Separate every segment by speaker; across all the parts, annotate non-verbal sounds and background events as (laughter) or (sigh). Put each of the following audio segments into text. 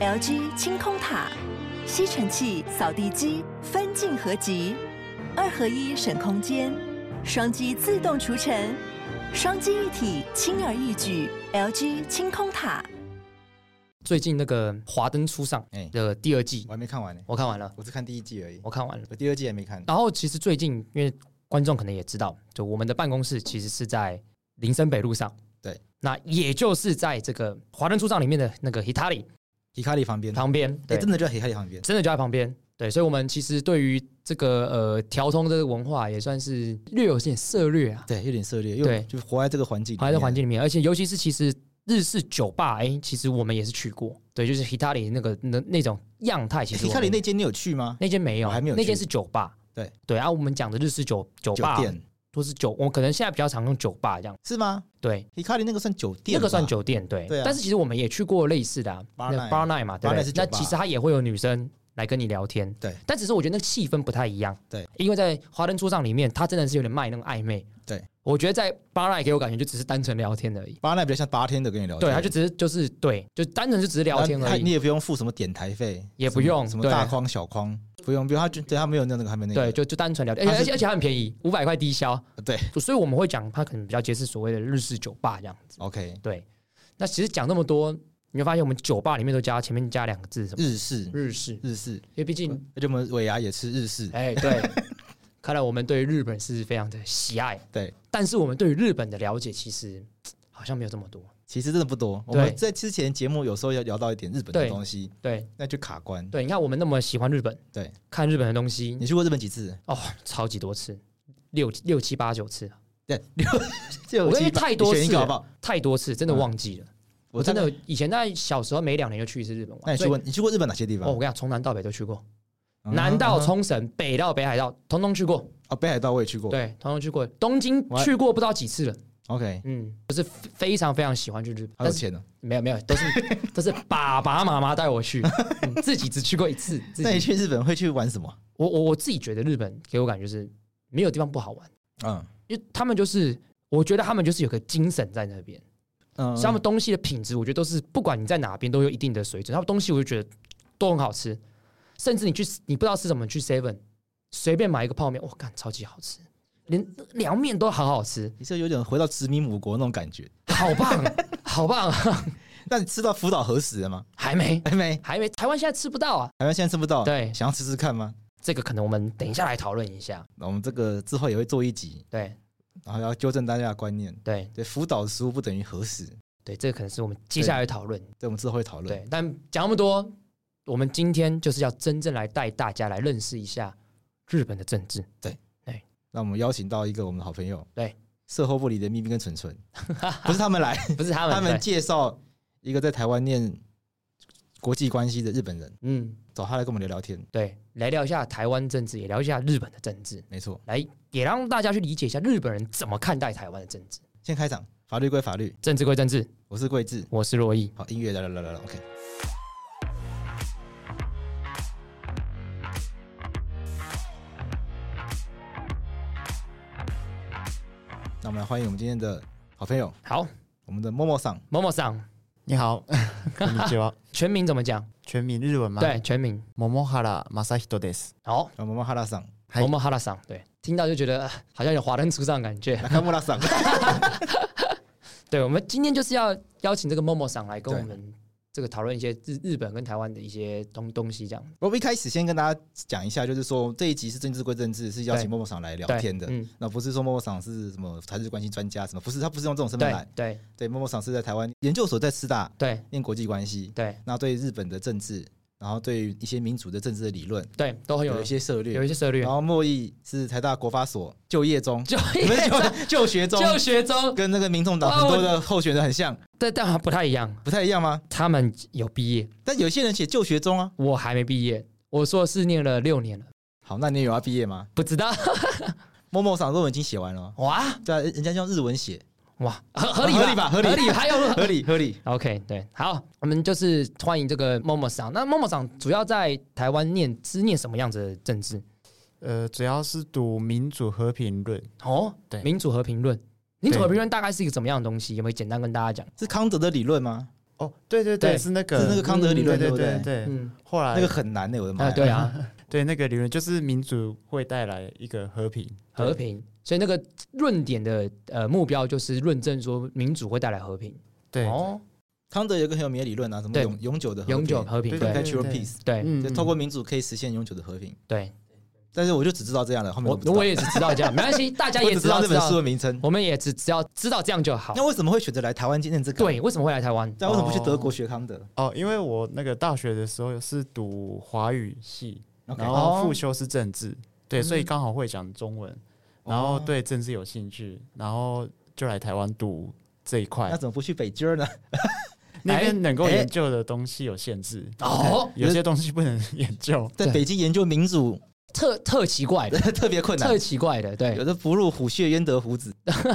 Speaker 1: LG 清空塔、吸尘器、扫地机分镜合集，二合一省空间，双击自动除尘，双击一体轻而易举。LG 清空塔。
Speaker 2: 最近那个《华灯初上
Speaker 3: 哎》
Speaker 2: 的第二季
Speaker 3: 我，还没看完呢、
Speaker 2: 我看完了，
Speaker 3: 我只看第一季而已，
Speaker 2: 我看完了。
Speaker 3: 我第二季还没看。
Speaker 2: 然后其实最近，因为观众可能也知道，就我们的办公室其实是在林森北路上，
Speaker 3: 对，
Speaker 2: 那也就是在这个《华灯初上》里面的那个 Hitari
Speaker 3: 皮卡里旁边，哎、
Speaker 2: 旁边，对，
Speaker 3: 真的就在皮卡里旁边。
Speaker 2: 真的就在旁边。对，所以，我们其实对于这个呃调通这个文化，也算是略有些涉略啊，
Speaker 3: 对，有点涉猎，因
Speaker 2: 对
Speaker 3: 为就活在这个环境里面，
Speaker 2: 活在这环境里面。而且，尤其是其实日式酒吧，哎、其实我们也是去过，对，就是 Hitari 那个那那种样态，其
Speaker 3: 哎。
Speaker 2: 实
Speaker 3: 皮
Speaker 2: 我
Speaker 3: 卡
Speaker 2: 们
Speaker 3: 里那间你有去吗？
Speaker 2: 那间没有，
Speaker 3: 我还没有去
Speaker 2: 那间是酒吧。
Speaker 3: 对
Speaker 2: 对，啊，我们讲的日式酒酒
Speaker 3: 酒
Speaker 2: 吧
Speaker 3: 店
Speaker 2: 都是酒，我们可能现在比较常用酒吧这样。
Speaker 3: 是吗？
Speaker 2: 对，
Speaker 3: 皮卡里那个算酒店，
Speaker 2: 那个算，酒店，对。
Speaker 3: 对啊
Speaker 2: 但是其实我们也去过类似的、啊、
Speaker 3: Bar
Speaker 2: 那
Speaker 3: night
Speaker 2: bar night 嘛，对不
Speaker 3: Bar night
Speaker 2: 对
Speaker 3: 是？酒
Speaker 2: 那
Speaker 3: 吧
Speaker 2: 其实它也会有女生来跟你聊天。
Speaker 3: 对
Speaker 2: 但只是我觉得那个气氛不太一样。
Speaker 3: 对，
Speaker 2: 因为在华灯初上里面，它真的是有点卖那种暧昧。
Speaker 3: 对，
Speaker 2: 我觉得在 bar night 给我感觉就只是单纯聊天而已。
Speaker 3: 巴奈比较像八天的跟你聊天，
Speaker 2: 对，他就只是就是对，就单纯就只是聊天
Speaker 3: 然
Speaker 2: 而
Speaker 3: 后他你
Speaker 2: 已。
Speaker 3: 也不用付什么点台费，
Speaker 2: 也不
Speaker 3: 什么
Speaker 2: 用
Speaker 3: 什么
Speaker 2: 对
Speaker 3: 大框小框，不用，不用，他就对他没有那个，他没有那
Speaker 2: 对，
Speaker 3: 个，
Speaker 2: 就就单纯聊天，
Speaker 3: 他
Speaker 2: 而且
Speaker 3: 是
Speaker 2: 而且而且它很便宜，五百块低消，
Speaker 3: 对
Speaker 2: 所以我们会讲它可能比较接是所谓的日式酒吧这样。
Speaker 3: ，OK，
Speaker 2: 对，那其实讲这么多，你会发现我们酒吧里面都加前面加两个字什么
Speaker 3: 日式
Speaker 2: 日式，因
Speaker 3: 日式，
Speaker 2: 为毕竟
Speaker 3: 而且我们尾牙也吃日式，
Speaker 2: 哎对，看来我们对日本是非常的喜爱，
Speaker 3: (laughs) 对，
Speaker 2: 但是我们对于日本的了解其实嘖好像没有这么多。
Speaker 3: 其实真的不多。我
Speaker 2: 对
Speaker 3: 们在之前节目有时候要聊到一点日本的
Speaker 2: 对
Speaker 3: 东西，
Speaker 2: 对
Speaker 3: 那就卡关。
Speaker 2: 对，你看我们那么喜欢日本，
Speaker 3: 对，
Speaker 2: 看日本的东西
Speaker 3: 你去过日本几次？
Speaker 2: 哦，超级多次，六六七八九次， (laughs)
Speaker 3: 对，六就
Speaker 2: 我跟你说太多
Speaker 3: 选一
Speaker 2: 次
Speaker 3: 个
Speaker 2: 了
Speaker 3: 好不好？
Speaker 2: 太多次，真的
Speaker 3: 嗯
Speaker 2: 忘记了。
Speaker 3: 我
Speaker 2: 我真
Speaker 3: 大概，
Speaker 2: 的以前在小时候每两年就去一次日本玩，
Speaker 3: 那你去
Speaker 2: 所以
Speaker 3: 过你去过日本哪些地方？
Speaker 2: 哦，我跟你讲，从南到北都去过，
Speaker 3: 嗯
Speaker 2: 南到
Speaker 3: 嗯
Speaker 2: 冲绳，北到北海道，通通去过。
Speaker 3: 哦北海道我也去过。
Speaker 2: 对，通通去过，东京
Speaker 3: 我还
Speaker 2: 去过不知道几次了。
Speaker 3: ，OK，
Speaker 2: 嗯，就是非常非常喜欢去日本，
Speaker 3: 好有
Speaker 2: 但是
Speaker 3: 钱哦呢。
Speaker 2: 没有没有，都
Speaker 3: (laughs)
Speaker 2: 是都是爸爸妈妈带我去、嗯自己只去过一次。自
Speaker 3: 那你
Speaker 2: 己
Speaker 3: 去日本会去玩什么？
Speaker 2: 我我我自己觉得日本给我感觉是没有地方不好玩，
Speaker 3: 嗯
Speaker 2: 因为他们就是我觉得他们就是有个精神在那边，
Speaker 3: 嗯
Speaker 2: 像他们东西的品质，我觉得都是不管你在哪边都有一定的水准。他们东西我就觉得都很好吃，甚至你去你不知道吃什么，你去 Seven 随便买一个泡面，我干超级好吃，连凉面都好好吃。
Speaker 3: 你是有点回到殖民母国那种感觉。
Speaker 2: 好
Speaker 3: (laughs)
Speaker 2: 棒，好棒，
Speaker 3: 那你吃到福岛核食了吗？
Speaker 2: 还没，
Speaker 3: 还没，
Speaker 2: 还没，台湾现在吃不到啊。
Speaker 3: 台湾现在吃不到。
Speaker 2: 对
Speaker 3: 想要吃吃看吗？
Speaker 2: 这个可能我们等一下来讨论一下。
Speaker 3: 我们这个之后也会做一集，
Speaker 2: 对
Speaker 3: 然后要纠正大家的观念。
Speaker 2: 对
Speaker 3: 对，福岛食物不等于核食，
Speaker 2: 对，这个可能是我们接下来的讨论。
Speaker 3: 对，我们之后会讨论。
Speaker 2: 对，但讲那么多，我们今天就是要真正来带大家来认识一下日本的政治。
Speaker 3: 那我们邀请到一个我们的好朋友，
Speaker 2: 对，
Speaker 3: 售后部里的咪咪跟
Speaker 2: (laughs)
Speaker 3: 纯纯，不是他们来，
Speaker 2: 不是他们，
Speaker 3: 他们
Speaker 2: 对
Speaker 3: 介绍一个在台湾念国际关系的日本人，
Speaker 2: 嗯，
Speaker 3: 找他来跟我们聊聊天。
Speaker 2: 对，来聊一下台湾政治，也聊一下日本的政治，
Speaker 3: 没错，
Speaker 2: 来也让大家去理解一下日本人怎么看待台湾的政治。
Speaker 3: 先开场，法律归法律，
Speaker 2: 政治归政治，
Speaker 3: 我是桂智。
Speaker 2: 我是洛毅。
Speaker 3: 好，音乐来来来来来，OK。那我们来欢迎我们今天的好朋友，
Speaker 2: 好，
Speaker 3: 我们的默默桑。
Speaker 2: 某某桑，
Speaker 4: 你
Speaker 3: (laughs)
Speaker 4: 好，こんにちは。
Speaker 2: 全名怎么讲？
Speaker 4: 全名日文吗？
Speaker 2: 对，，全名。
Speaker 4: 桃原正人です。
Speaker 2: 好，
Speaker 3: 啊，默默哈拉桑，
Speaker 4: 嗨
Speaker 2: 我们哈拉桑，对，听到就觉得呃好像有华灯初上的感觉。
Speaker 3: 来看莫拉桑。
Speaker 2: 对，我们今天就是要邀请这个默默桑来跟
Speaker 3: 对
Speaker 2: 我们这个讨论一些日日本跟台湾的一些东东西，这样
Speaker 3: 我们一开始先跟大家讲一下，就是说这一集是政治归政治，是邀
Speaker 2: 对
Speaker 3: 请默默桑来聊
Speaker 2: 对
Speaker 3: 天的。
Speaker 2: 嗯，
Speaker 3: 那不是说默默桑是什么台日关系专家什么，不是他不是用这种身份
Speaker 2: 对
Speaker 3: 来。
Speaker 2: 对
Speaker 3: 对，默默桑是在台湾研究所在师大
Speaker 2: 对
Speaker 3: 念国际关系，
Speaker 2: 对
Speaker 3: 那对日本的政治，然后对于一些民主的政治的理论
Speaker 2: 对，都很有
Speaker 3: 有一些哦涉
Speaker 2: 有
Speaker 3: 略
Speaker 2: 一。些策略
Speaker 3: 然。后莫毅是台大国法所就业中，
Speaker 2: 就
Speaker 3: 不是就就学中，
Speaker 2: 就学中，
Speaker 3: 跟那个民众党
Speaker 2: 哇
Speaker 3: 很多
Speaker 2: 我
Speaker 3: 的候选人很像，
Speaker 2: 但但还不太一样，
Speaker 3: 不太一样吗？
Speaker 2: 他们有毕业，
Speaker 3: 但有些人写就学中啊。
Speaker 2: 我还没毕业，我硕士念了六年了，
Speaker 3: 好，那你有要毕业吗？
Speaker 2: 不知道
Speaker 3: 默默桑论文已经写完了哦，
Speaker 2: 哇
Speaker 3: 对啊，人人家用日文写，
Speaker 2: 哇，合合理
Speaker 3: 合理吧合理
Speaker 2: 合理，还有 (laughs)
Speaker 3: 合理合理。
Speaker 2: OK，对，好，我们就是欢迎这个默默桑。那默默桑主要在台湾念是念什么样子的政治？
Speaker 4: 呃，主要是读民主和平论，
Speaker 2: 哦，
Speaker 4: 对
Speaker 2: 民主和平论。民主和平论大概是一个怎么样的东西？有没有简单跟大家讲？
Speaker 3: 是康德的理论吗？
Speaker 4: 哦，对对对，
Speaker 2: 对
Speaker 4: 是那个
Speaker 3: 是那个康德理论，
Speaker 4: 对
Speaker 3: 不
Speaker 4: 对
Speaker 3: 对？
Speaker 4: 对。对
Speaker 2: 嗯
Speaker 4: 后来
Speaker 3: 那个很难呢，我的妈
Speaker 2: 啊，
Speaker 3: 呀！
Speaker 2: 对啊，
Speaker 4: 对那个理论就是民主会带来一个和平，对
Speaker 2: 和平。所以那个论点的呃目标就是论证说民主会带来和平。
Speaker 4: 对，
Speaker 2: 哦，
Speaker 3: 康德有一个很有名的理论啊，什么
Speaker 2: 对
Speaker 3: 永永久的和平
Speaker 2: 永久和平，
Speaker 4: 对
Speaker 2: 对
Speaker 4: 对
Speaker 3: （perpetual
Speaker 4: 对
Speaker 3: peace），
Speaker 2: 对
Speaker 4: 嗯
Speaker 3: 就透过民主可以实现永久的和平。
Speaker 2: 对，
Speaker 3: 但是我就只知道这样了，后面
Speaker 2: 我
Speaker 3: 不知道
Speaker 2: 我也只知道这样，没关系，大家
Speaker 3: (laughs) 我
Speaker 2: 也知
Speaker 3: 只知
Speaker 2: 道
Speaker 3: 道这
Speaker 2: 知
Speaker 3: 本书
Speaker 2: 道，
Speaker 3: 的名称。
Speaker 2: 我们也只只要知道这样就好。
Speaker 3: 那为什么会选择来台湾念这个？，
Speaker 2: 对，为什么会来台湾？
Speaker 3: 但为什么不去德国学康德？
Speaker 4: 哦，因为我那个大学的时候是读华语系，
Speaker 2: 哦
Speaker 3: OK
Speaker 4: 然后副修是政治，对，所以刚好会讲中文，然后
Speaker 3: 哦
Speaker 4: 对政治有兴趣，然后就来台湾读这一块
Speaker 3: 那。怎么不去北京呢？
Speaker 4: 那边能够
Speaker 3: 哎
Speaker 4: 研究的东西有限制，
Speaker 2: 哦，
Speaker 4: 有些东西不能研究。
Speaker 3: 在北京研究民
Speaker 2: (laughs)
Speaker 3: 主
Speaker 2: 特特奇怪的，
Speaker 3: 特别 (laughs) 困难
Speaker 2: 特，奇怪的，对
Speaker 3: 有，的不入虎穴焉得虎子，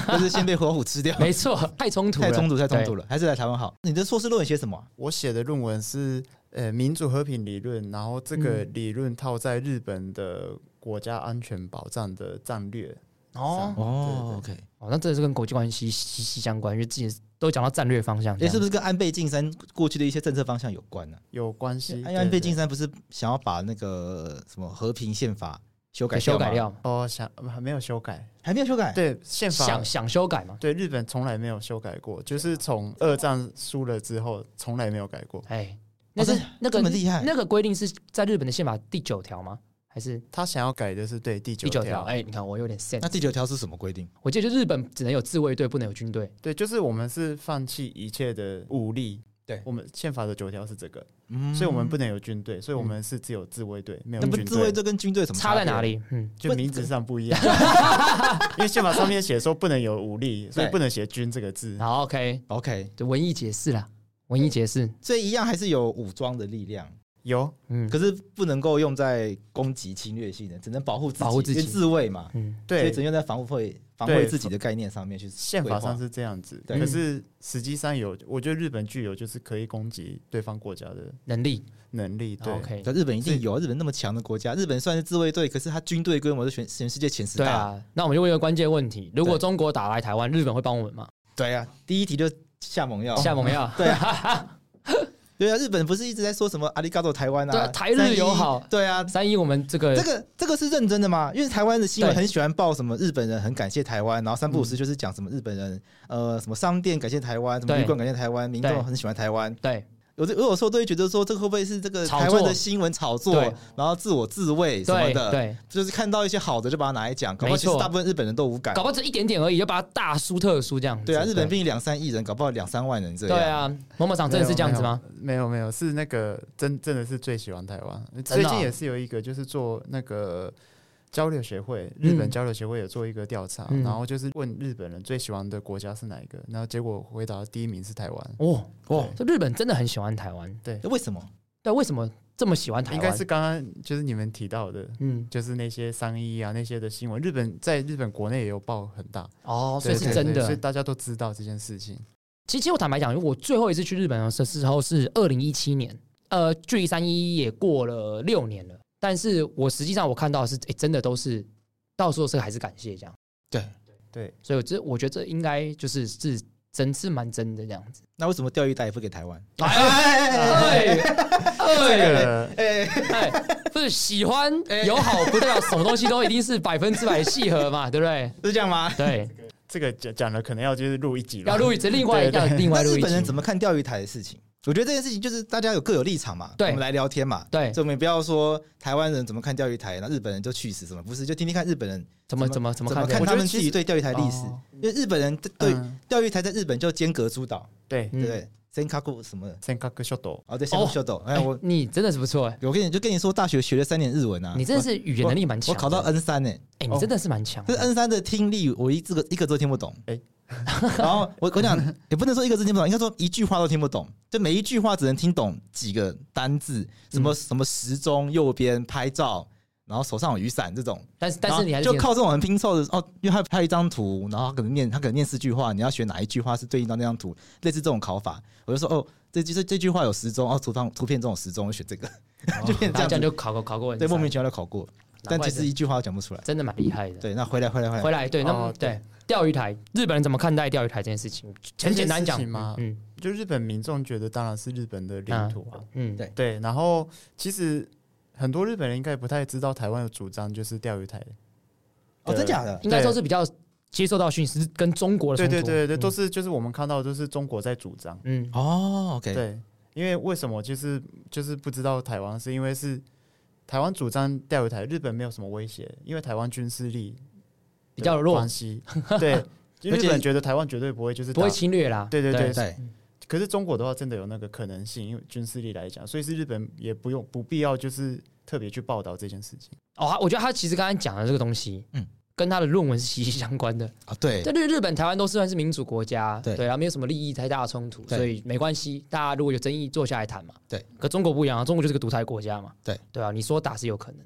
Speaker 3: 就是先被活虎吃
Speaker 2: (laughs)
Speaker 3: 掉。
Speaker 2: 没错，太冲突了，
Speaker 3: 太冲突，太冲突
Speaker 2: 了。
Speaker 3: 了，还是来台湾好。你的硕士论文写什么啊？
Speaker 4: 我写的论文是呃民主和平理论，然后这个理论套在日本的国家安全保障的战略。
Speaker 2: 哦
Speaker 3: 哦，OK，
Speaker 2: 哦，那这是跟国际关系息息相关，因为之前都讲到战略方向这
Speaker 3: 哎，
Speaker 2: 样，
Speaker 3: 是不是跟安倍晋三过去的一些政策方向有关呢？
Speaker 4: 有关系，
Speaker 3: 啊因为安倍
Speaker 4: 对
Speaker 3: 晋三不是想要把那个什么和平宪法修改
Speaker 2: 对修
Speaker 3: 吗
Speaker 2: 改掉嘛？
Speaker 4: 哦，想还没有修改，
Speaker 3: 还没有修改？，
Speaker 4: 对宪法
Speaker 2: 想想修改嘛？
Speaker 4: 对，日本从来没有修改过，就是从二战输了之后，从来没有改过。
Speaker 2: 哎，那是
Speaker 3: 这
Speaker 2: 那个
Speaker 3: 哦这么厉害
Speaker 2: 那个规定是在日本的宪法第九条吗？还是
Speaker 4: 他想要改的是对
Speaker 2: 第
Speaker 4: 第九
Speaker 2: 九条？
Speaker 4: 条，
Speaker 2: 哎，你看我有点 sense
Speaker 3: 那。第九条是什么规定？
Speaker 2: 我记得就日本只能有自卫队，不能有军队。
Speaker 4: 对，就是我们是放弃一切的武力。
Speaker 3: 对
Speaker 4: 我们宪法的九条是这个，
Speaker 3: 嗯
Speaker 4: 所以我们不能有军队，所以我们是只有自卫队，没有
Speaker 3: 那不
Speaker 4: 军
Speaker 3: 自卫
Speaker 4: 队。
Speaker 3: 队跟军队有什么
Speaker 2: 差在
Speaker 3: 别
Speaker 2: 哪？里？嗯，
Speaker 4: 就名字上不一
Speaker 3: (laughs)
Speaker 4: 样，因为宪法上面写说不能有武力，所以
Speaker 3: 对
Speaker 4: 不能写“军”这个字。
Speaker 2: 好，OK，
Speaker 3: OK，
Speaker 2: 就文艺解释啦，文艺解释。
Speaker 3: 所以一样还是有武装的力量，
Speaker 4: 有
Speaker 2: 嗯
Speaker 3: 可是不能够用在攻击侵略性的，只能保护自己，
Speaker 2: 保护自己
Speaker 3: 因为自卫嘛，
Speaker 2: 嗯，
Speaker 3: 所以
Speaker 4: 对
Speaker 3: 只能用在防护会防卫
Speaker 4: 对
Speaker 3: 自己的概念上面去规划。
Speaker 4: 宪法上是这样子，
Speaker 3: 对嗯
Speaker 4: 可是实际上有，我觉得日本具有就是可以攻击对方国家的
Speaker 2: 能力。
Speaker 4: 能力。对，
Speaker 2: OK，
Speaker 3: 可日本一
Speaker 4: 所
Speaker 3: 定
Speaker 4: 以
Speaker 3: 有啊，日本那么强的国家，日本算是自卫队，可是它军队规模是全全世界前十
Speaker 2: 对
Speaker 3: 大。
Speaker 2: 啊。那我们就问一个关键问题：如果
Speaker 3: 对
Speaker 2: 中国打来台湾，日本会帮我们吗？
Speaker 3: 对啊，第一题就下猛药，
Speaker 2: 下猛药。
Speaker 3: 对啊， (laughs) 对啊，日本不是一直在说什么阿里嘎多台湾
Speaker 2: 对
Speaker 3: 啊
Speaker 2: 啊，台日
Speaker 3: 三一
Speaker 2: 友好
Speaker 3: 对啊，
Speaker 2: 三一，我们这个
Speaker 3: 这个这个是认真的吗？因为台湾的新闻
Speaker 2: 对
Speaker 3: 很喜欢报什么日本人很感谢台湾，然后三不五时就是讲什么日本人、呃什么商店感谢台湾，什
Speaker 2: 嗯
Speaker 3: 么
Speaker 2: 对
Speaker 3: 旅馆感谢台湾，民
Speaker 2: 对
Speaker 3: 众很喜欢台湾。
Speaker 2: 对
Speaker 3: 有的我有时候都会觉得说，这个会不会是这个
Speaker 2: 炒作
Speaker 3: 台湾的新闻炒作
Speaker 2: 对，
Speaker 3: 然后自我自卫什么
Speaker 2: 对
Speaker 3: 的，
Speaker 2: 对，
Speaker 3: 就是看到一些好的就把它拿来讲，搞不好
Speaker 2: 没
Speaker 3: 其实
Speaker 2: 错
Speaker 3: 大部分日本人都无感
Speaker 2: 搞。不好只一点点而已，就把它大输特输这样子。
Speaker 3: 哎对啊，日本毕竟两三亿人，搞不好两三万人这
Speaker 2: 对
Speaker 3: 样。
Speaker 2: 啊，某某厂真的是这样子吗？
Speaker 4: 没有？没有没有，是那个真真的是最喜欢台湾。
Speaker 2: 的啊
Speaker 4: 最近也是有一个，就是做那个交流协会，日本交流协会也做一个调查，
Speaker 2: 嗯
Speaker 4: 然后就是问日本人最喜欢的国家是哪一个，然后结果回答第一名是台湾，
Speaker 2: 哦
Speaker 3: 哦
Speaker 2: 哦，这日本真的很喜欢台湾。
Speaker 3: 诶为什么？
Speaker 2: 对，为什么这么喜欢台湾？
Speaker 4: 应该是刚刚就是你们提到的。
Speaker 2: 嗯
Speaker 4: 就是那些商议啊，那些的新闻，日本在日本国内也有报很大，
Speaker 2: 哦，所以
Speaker 4: 对
Speaker 2: 是
Speaker 4: 对
Speaker 2: 真
Speaker 4: 对所以
Speaker 2: 的。
Speaker 4: 大家都知道这件事情。
Speaker 2: 其实其实我坦白讲，因为我最后一次去日本的时候是二零一七年，呃，距离三一也过了六年了。但是我实际上我看到的是，哎、真的都是到时候是还是感谢这样。
Speaker 3: 对
Speaker 4: 对，
Speaker 2: 所以我这我觉得这应该就是是真是蛮真的这样子。
Speaker 3: 那为什么钓鱼台也不给台湾？
Speaker 2: 哎哎
Speaker 4: 这个
Speaker 3: 哎、
Speaker 2: 哎， (laughs) 不是喜欢友好，不代表什么东西都一定是百分之百契合嘛，对不对？
Speaker 3: 是这样吗？
Speaker 2: 对，
Speaker 4: 这个讲讲了，可能要就是录一集了。
Speaker 2: 要录一次，另外
Speaker 4: 对对
Speaker 2: 要另外
Speaker 3: 那
Speaker 2: 录一
Speaker 3: 日
Speaker 2: 集
Speaker 3: 本人怎么看钓鱼台的事情？我觉得这件事情就是大家有各有立场嘛，
Speaker 2: 对
Speaker 3: 我们来聊天嘛，
Speaker 2: 对
Speaker 3: 所以我们也不要说台湾人怎么看钓鱼台，那日本人就去死什么，不是就听听看日本人
Speaker 2: 怎么怎么怎么
Speaker 3: 怎么
Speaker 2: 看
Speaker 3: 看
Speaker 2: 待？
Speaker 3: 他们自己对钓鱼台历史
Speaker 4: 哦，
Speaker 3: 因为日本人对
Speaker 4: 嗯
Speaker 3: 钓鱼台在日本就间隔诸岛，
Speaker 4: 对
Speaker 3: 对
Speaker 2: 嗯
Speaker 3: 不对？senkaku 什么的，
Speaker 4: 先看个 s h
Speaker 3: 哦对，senkaku 斗，哎我
Speaker 2: 哎你真的是不错哎，
Speaker 3: 我跟你就跟你说，大学学了三年日文啊，
Speaker 2: 你真的是语言能力蛮
Speaker 3: 我
Speaker 2: 强
Speaker 3: 我
Speaker 2: 的。
Speaker 3: 考到 N 三呢，
Speaker 2: 哎，你真的是蛮强的
Speaker 3: 可是。N 呃三的听力我一这个一个都听不懂，
Speaker 4: 哎
Speaker 3: (laughs) 然后我我讲也不能说一个字听不懂，应该说一句话都听不懂，就每一句话只能听懂几个单字，什
Speaker 2: 嗯
Speaker 3: 么、什么时钟、右边拍照，然后手上有雨伞这种，
Speaker 2: 但是但是你还
Speaker 3: 然
Speaker 2: 是
Speaker 3: 后就
Speaker 2: 听得
Speaker 3: 靠这种很拼凑的哦，因为他拍一张图，然后他可能念他可能念四句话，你要选哪一句话是对应到那张图，类似这种考法，我就说哦，这句这这句话 (laughs) 有时钟哦，图上图片中有时钟，我选这个，就变成
Speaker 2: 啊然后这
Speaker 3: 这
Speaker 2: 样
Speaker 3: 样子，
Speaker 2: 就考过考过文
Speaker 3: 对，
Speaker 2: 章，
Speaker 3: 莫名其妙就考过。但其实
Speaker 2: 难怪
Speaker 3: 一句话都讲不出来。
Speaker 2: 真的蛮厉害的。
Speaker 3: 对，那回来回来回来，
Speaker 2: 回来，对，那么
Speaker 4: 哦对
Speaker 2: 对钓鱼台，日本人怎么看待钓鱼台这件事情？很简单讲
Speaker 4: 这件事情吗
Speaker 2: 嗯
Speaker 4: 就日本民众觉得当然是日本的领土啊，
Speaker 2: 嗯，
Speaker 3: 对
Speaker 4: 对。然后其实很多日本人应该也不太知道台湾有主张就是钓鱼台，
Speaker 3: 哦，真假的？
Speaker 2: 应该说是比较接受到讯息是跟中国的
Speaker 4: 对
Speaker 2: 冲突，
Speaker 4: 对对对，都
Speaker 2: 嗯
Speaker 4: 是就是我们看到的都是中国在主张，
Speaker 2: 嗯
Speaker 3: 哦，OK，
Speaker 4: 对。因为为什么就是就是不知道台湾，是因为是台湾主张钓鱼台，日本没有什么威胁，因为台湾军事力
Speaker 2: 比较弱
Speaker 4: 关系，
Speaker 2: (laughs)
Speaker 4: 对。因为
Speaker 3: 而
Speaker 4: 日
Speaker 3: 且
Speaker 4: 本人觉得台湾绝对不会就是
Speaker 2: 不会
Speaker 4: 打
Speaker 2: 侵略啦。
Speaker 4: 对对对
Speaker 3: 对，
Speaker 4: 可是中国的话，真的有那个可能性，因为军事力来讲，所以是日本也不用不必要就是特别去报道这件事情。
Speaker 2: 哦，他我觉得他其实刚才讲的这个东西，
Speaker 3: 嗯
Speaker 2: 嗯，跟他的论文是息息相关的。
Speaker 3: 啊，对
Speaker 2: 在，日日本、台湾都是算是民主国家，
Speaker 3: 对
Speaker 2: 对，然后没有什么利益太大的冲突，
Speaker 3: 对
Speaker 2: 所以没关系。大家如果有争议，坐下来谈嘛。
Speaker 3: 对，
Speaker 2: 可中国不一样啊，中国就是个独裁国家嘛。
Speaker 3: 对，
Speaker 2: 对啊，你说打是有可能，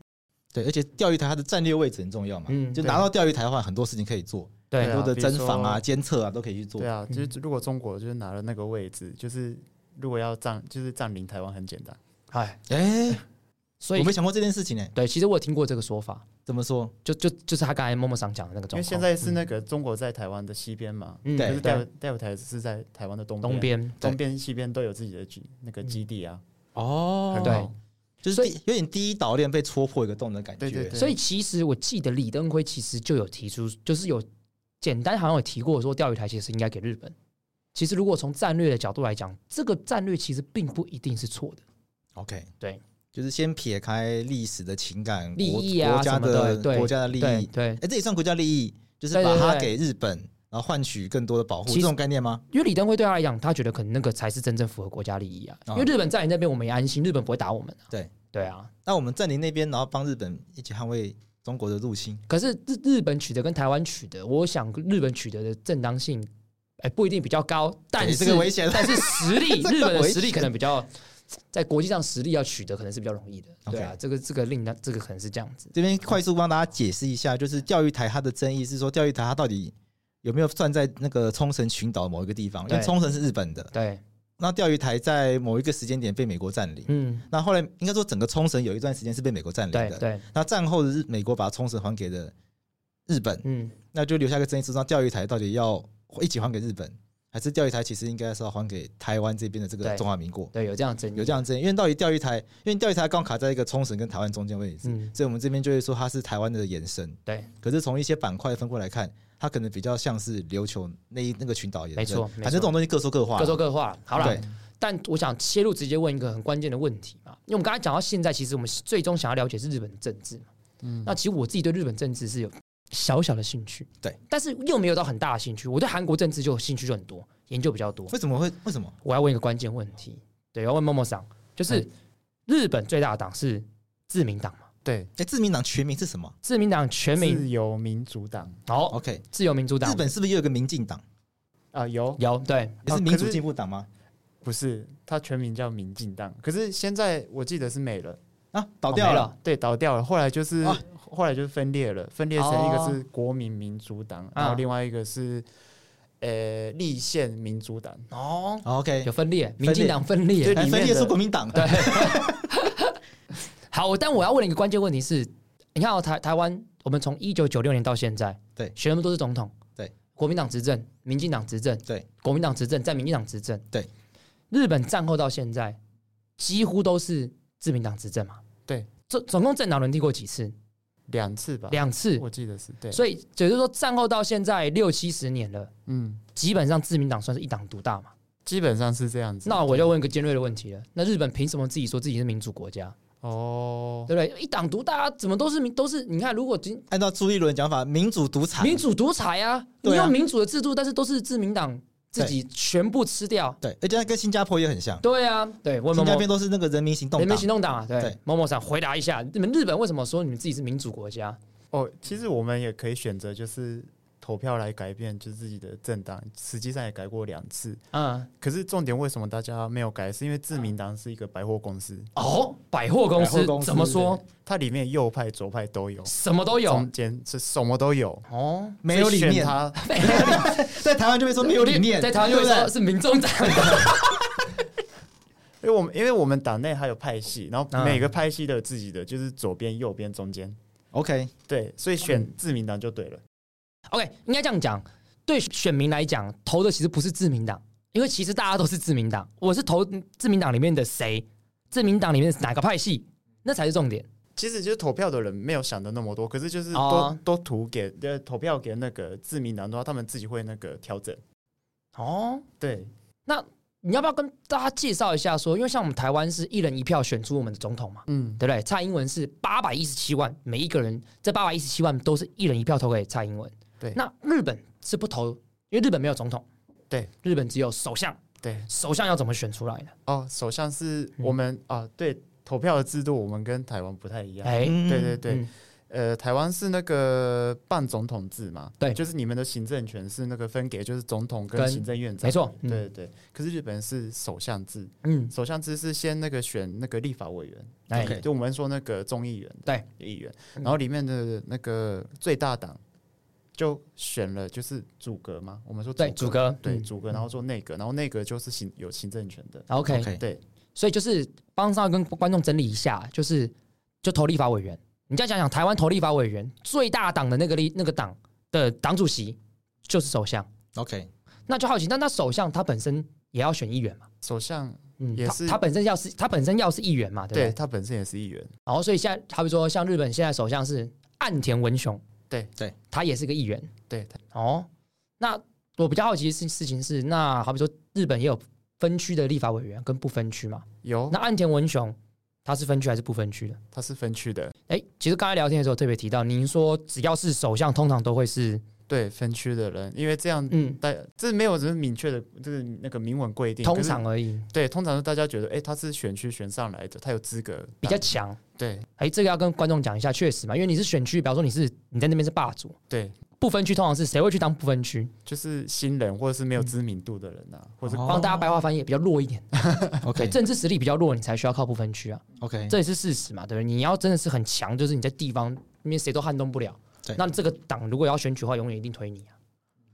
Speaker 3: 对，而且钓鱼台它的战略位置很重要嘛，
Speaker 2: 嗯
Speaker 3: 就
Speaker 4: 对
Speaker 3: 拿到钓鱼台的话，很多事情可以做，
Speaker 2: 对
Speaker 3: 很多的
Speaker 4: 对啊比如
Speaker 3: 侦防啊、
Speaker 4: 说
Speaker 3: 监测啊都可以去做
Speaker 4: 对。啊，
Speaker 2: 嗯
Speaker 4: 就是如果中国就是拿了那个位置，就是如果要占就是占领台湾很简单，
Speaker 2: 哎，
Speaker 3: 哎，
Speaker 2: 所
Speaker 3: 我
Speaker 2: 以
Speaker 3: 没想过这件事情呢，
Speaker 2: 对，其实我有听过这个说法，
Speaker 3: 怎么说？
Speaker 2: 就就就是他刚才默默上讲的那个
Speaker 4: 因
Speaker 2: 状况。
Speaker 4: 为现在是那个中国在台湾的西边嘛，
Speaker 2: 嗯
Speaker 3: 对
Speaker 4: 可是钓
Speaker 2: 对
Speaker 4: 钓鱼台是在台湾的东
Speaker 2: 东
Speaker 4: 边、
Speaker 2: 边，嗯
Speaker 4: 东边、西边都有自己的基那个基地啊。
Speaker 3: 哦
Speaker 4: 很
Speaker 2: 对
Speaker 4: 好
Speaker 3: 就是
Speaker 2: 所以
Speaker 3: 第有点第一岛链被戳破一个洞的感觉。
Speaker 4: 对对对
Speaker 2: 所以其实我记得李登辉其实就有提出，就是有简单好像有提过说钓鱼台其实应该给日本。其实如果从战略的角度来讲，这个战略其实并不一定是错的。
Speaker 3: OK，
Speaker 2: 对，
Speaker 3: 就是先撇开历史的情感、
Speaker 2: 利
Speaker 3: 国
Speaker 2: 益啊
Speaker 3: 国家
Speaker 2: 什么的
Speaker 3: 的
Speaker 2: 对
Speaker 3: 国家的利
Speaker 2: 对
Speaker 3: 益，
Speaker 2: 对，
Speaker 3: 哎，这也算国家利益，就是
Speaker 2: 对
Speaker 3: 把
Speaker 2: 对
Speaker 3: 它
Speaker 2: 对
Speaker 3: 给日本，然后换取更多的保护，
Speaker 2: 其实
Speaker 3: 这种概念吗？
Speaker 2: 因为李登辉对他来讲，他觉得可能那个才是真正符合国家利益啊。
Speaker 3: 啊
Speaker 2: 因为日本在你那边，我们也安心，日本不会打我们、啊。
Speaker 3: 对
Speaker 2: 对啊，
Speaker 3: 那我们占领那边，然后帮日本一起捍卫中国的入侵，
Speaker 2: 可是日日本取得跟台湾取得，我想日本取得的正当性，哎、不一定比较高，但
Speaker 3: 哎
Speaker 2: 是
Speaker 3: 这个危险了。
Speaker 2: 但是实
Speaker 3: (laughs)
Speaker 2: 力，
Speaker 3: 这个
Speaker 2: 日本的实
Speaker 3: 危
Speaker 2: 力
Speaker 3: 险
Speaker 2: 可能比较在国际上实力要取得，可能是比较容易的。
Speaker 3: OK
Speaker 2: 对啊，这个这个令他这个可能是这样子。
Speaker 3: 这边快速帮大家解释一下，就是钓鱼台它的争议是说，钓鱼台它到底有没有算在那个冲绳群岛某一个地方？因为
Speaker 2: 对
Speaker 3: 冲绳是日本的，
Speaker 2: 对，
Speaker 3: 那钓鱼台在某一个时间点被美国占领。
Speaker 2: 嗯，
Speaker 3: 那后来应该说，整个冲绳有一段时间是被美国占领
Speaker 2: 对
Speaker 3: 的。
Speaker 2: 对，
Speaker 3: 那战后的日美国把冲绳还给了日本，
Speaker 2: 嗯，
Speaker 3: 那就留下一个争议，说钓鱼台到底要一起还给日本，还是钓鱼台其实应该是要还给台湾这边的这个
Speaker 2: 对
Speaker 3: 中华民国？
Speaker 2: 对，有这样的争议，
Speaker 3: 有这样的争议，因为到底钓鱼台，因为钓鱼台刚好卡在一个冲绳跟台湾中间位置，
Speaker 2: 嗯，
Speaker 3: 所以我们这边就会说它是台湾的延伸。
Speaker 2: 对，
Speaker 3: 可是从一些板块分布来看，它可能比较像是琉球那一那个群岛延伸。
Speaker 2: 没错
Speaker 3: 反
Speaker 2: 没
Speaker 3: 正
Speaker 2: 错
Speaker 3: 这种东西各说各话。
Speaker 2: 各说各话。好了
Speaker 3: 对，
Speaker 2: 但我想切入直接问一个很关键的问题嘛，因为我们刚才讲到现在，其实我们最终想要了解是日本的政治嘛。
Speaker 4: 嗯，
Speaker 2: 那其实我自己对日本政治是有小小的兴趣，
Speaker 3: 对，
Speaker 2: 但是又没有到很大的兴趣。我对韩国政治就有兴趣就很多，研究比较多。
Speaker 3: 为什么会为什么？
Speaker 2: 我要问一个关键问题，对，要问默默桑，就是
Speaker 3: 嗯
Speaker 2: 日本最大的党是自民党嘛？
Speaker 4: 对，
Speaker 3: 哎，自民党全名是什么
Speaker 2: 自民党全名
Speaker 4: 自由民主党
Speaker 2: 好、哦，
Speaker 3: ？OK，
Speaker 2: 自由民主党
Speaker 3: 日本是不是也有个民进党？
Speaker 4: 啊、有
Speaker 2: 有对，
Speaker 3: 也是
Speaker 4: 啊
Speaker 3: 民
Speaker 4: 可
Speaker 3: 主
Speaker 4: 是
Speaker 3: 进步党吗？
Speaker 4: 不是它全名叫民进党，可是现在我记得是没了。
Speaker 3: 啊，倒掉了。
Speaker 2: 哦
Speaker 4: 对，倒掉了。后来就是、
Speaker 3: 啊
Speaker 4: 后来就是分裂了，分裂成一
Speaker 2: 哦
Speaker 4: 个是国民民主党，然后另外一个是呃立宪民主党。
Speaker 2: 没了哦，
Speaker 3: OK，
Speaker 2: 有分裂，民进党分
Speaker 4: 对
Speaker 2: 裂。
Speaker 3: 哎
Speaker 4: 里面
Speaker 3: 分裂
Speaker 4: 的
Speaker 3: 是国民党。
Speaker 2: 对，好，但我要问一个关键问题是，你看、哦、台台湾，我们从一九九六年到现在，
Speaker 3: 对
Speaker 2: 选那么多次总统，
Speaker 3: 对，
Speaker 2: 国民党执政，民进党执政，
Speaker 3: 对，
Speaker 2: 国民党执政，在民进党执政，
Speaker 3: 对，
Speaker 2: 日本战后到现在，几乎都是自民党执政嘛，
Speaker 4: 对，
Speaker 2: 总总共政党轮替过几次？
Speaker 4: 两次吧，
Speaker 2: 两次，
Speaker 4: 我记得是对。
Speaker 2: 所以也就是说战后到现在六七十年了，
Speaker 4: 嗯，
Speaker 2: 基本上自民党算是一党独大嘛。
Speaker 4: 基本上是这样子。
Speaker 2: 那我就问一个尖锐的问题了：那日本凭什么自己说自己是民主国家，
Speaker 4: 哦，
Speaker 2: 对不对？一党独大、啊，怎么都是民都是？你看，如果今
Speaker 3: 按照朱一伦讲法，民主独裁。
Speaker 2: 民主独裁啊，你
Speaker 3: 对啊
Speaker 2: 用民主的制度，但是都是自民党自己全部吃掉。
Speaker 3: 对，而且它跟新加坡也很像，
Speaker 2: 对啊，对，问某
Speaker 3: 新加
Speaker 2: 某
Speaker 3: 坡都是那个人民行动
Speaker 2: 人民
Speaker 3: 党。
Speaker 2: 行动党啊，对
Speaker 3: 对，
Speaker 2: 某某上回答一下，你们日本为什么说你们自己是民主国家？
Speaker 4: 哦，其实我们也可以选择就是投票来改变，就是自己的政党，实际上也改过两次。
Speaker 2: 嗯，
Speaker 4: 可是重点为什么大家没有改，是因为自民党是一个百货公司，
Speaker 2: 哦，百货公
Speaker 3: 百
Speaker 2: 司
Speaker 3: 货公司
Speaker 2: 怎么说
Speaker 3: 对？
Speaker 4: 它里面右派左派都有，
Speaker 2: 什么都有
Speaker 4: 中间是什么都有。
Speaker 2: 哦，
Speaker 3: 没有理
Speaker 4: 所以选
Speaker 3: 念，
Speaker 4: 它
Speaker 3: 在台湾就被说没有理念，
Speaker 2: 在台湾就
Speaker 3: 对
Speaker 2: 会
Speaker 3: 不对
Speaker 2: 说是民众党。
Speaker 4: 因为我们因为我们党内还有派系，然后
Speaker 2: 嗯
Speaker 4: 每个派系都有自己的，就是左边、右边、中间。
Speaker 3: OK，
Speaker 4: 对，所以
Speaker 2: 嗯
Speaker 4: 选自民党就对了。
Speaker 2: (laughs) OK，应该这样讲，对选民来讲，投的其实不是自民党，因为其实大家都是自民党。我是投自民党里面的谁，自民党里面的哪个派系，那才是重点。
Speaker 4: 其实就是投票的人没有想的那么多，可是就是都、
Speaker 2: 哦
Speaker 4: 都投给呃投票给那个自民党的话，他们自己会那个调整。
Speaker 2: 哦，
Speaker 4: 对，
Speaker 2: 你要不要跟大家介绍一下说，因为像我们台湾是一人一票选出我们的总统嘛，
Speaker 4: 嗯，
Speaker 2: 对不对？蔡英文是八百一十七万，每一个人这八百一十七万都是一人一票投给蔡英文。
Speaker 4: 对
Speaker 2: 那日本是不投，因为日本没有总统，
Speaker 4: 对，
Speaker 2: 日本只有首相，
Speaker 4: 对，
Speaker 2: 首相要怎么选出来呢？
Speaker 4: 哦，首相是我们、啊，对，投票的制度我们跟台湾不太一样。
Speaker 2: 嗯哎、
Speaker 3: 嗯
Speaker 4: 对对对，
Speaker 2: 嗯
Speaker 4: 呃，台湾是那个半总统制嘛，
Speaker 2: 对
Speaker 4: 就是你们的行政权是那个分给就是总统跟
Speaker 2: 跟
Speaker 4: 行政院长，
Speaker 2: 没错嗯
Speaker 4: 对对对。可是日本是首相制，
Speaker 2: 嗯，
Speaker 4: 首相制是先那个选那个立法委员，
Speaker 2: 哎
Speaker 3: OK
Speaker 4: 就我们说那个众议员，
Speaker 2: 对，
Speaker 4: 议员，
Speaker 2: 嗯
Speaker 4: 然后里面的那个最大党就选了就是组阁嘛，我们说
Speaker 2: 对，
Speaker 4: 组
Speaker 2: 主，哥，
Speaker 4: 对
Speaker 2: 嗯
Speaker 4: 组阁，然后做内阁，然后内阁就是行有行政权的，
Speaker 2: OK，
Speaker 3: OK
Speaker 4: 对，
Speaker 2: 所以就是帮上跟观众整理一下，就是就投立法委员，你再想想台湾投立法委员最大党的那个立那个党的党主席就是首相，
Speaker 3: OK，
Speaker 2: 那就好奇，那那首相他本身也要选议员嘛？
Speaker 4: 首相
Speaker 2: 嗯，
Speaker 4: 也
Speaker 2: 他
Speaker 4: 是
Speaker 2: 他本身要是他本身要是议员嘛，对不对？
Speaker 4: 对他本身也是议员，
Speaker 2: 然后所以现在好比说像日本现在首相是岸田文雄，
Speaker 4: 对
Speaker 3: 对，
Speaker 2: 他也是个议员
Speaker 4: 对，他
Speaker 2: 哦。那我比较好奇的事事情是，那好比说日本也有分区的立法委员跟不分区嘛？
Speaker 4: 有
Speaker 2: 那岸田文雄他是分区还是不分区的？
Speaker 4: 他是分区的，
Speaker 2: 哎，其实刚才聊天的时候特别提到，您说只要是首相，通常都会是
Speaker 4: 对分区的人，因为这样
Speaker 2: 嗯，
Speaker 4: 大这没有什么明确的，就是那个明文规定。
Speaker 2: 通
Speaker 4: 可是
Speaker 2: 常而已，
Speaker 4: 对，通常是大家觉得，哎、他是选区选上来的，他有资格
Speaker 2: 比较强。
Speaker 4: 对
Speaker 2: 哎，这个要跟观众讲一下，确实嘛，因为你是选区，比方说你是你在那边是霸主，
Speaker 4: 对，
Speaker 2: 不分区通常是谁会去当不分区？
Speaker 4: 就是新人或者是没
Speaker 2: 嗯
Speaker 4: 有知名度的人呐、啊，或者
Speaker 3: 哦
Speaker 2: 帮大家白话翻译也比较弱一点，对，
Speaker 3: OK 嗯
Speaker 2: 政治实力比较弱，你才需要靠不分区啊，
Speaker 3: OK，
Speaker 2: 这也是事实嘛，对不对？你要真的是很强，就是你在地方那边谁都撼动不了
Speaker 3: 对。
Speaker 2: 那这个党如果要选举的话，永远一定推你啊。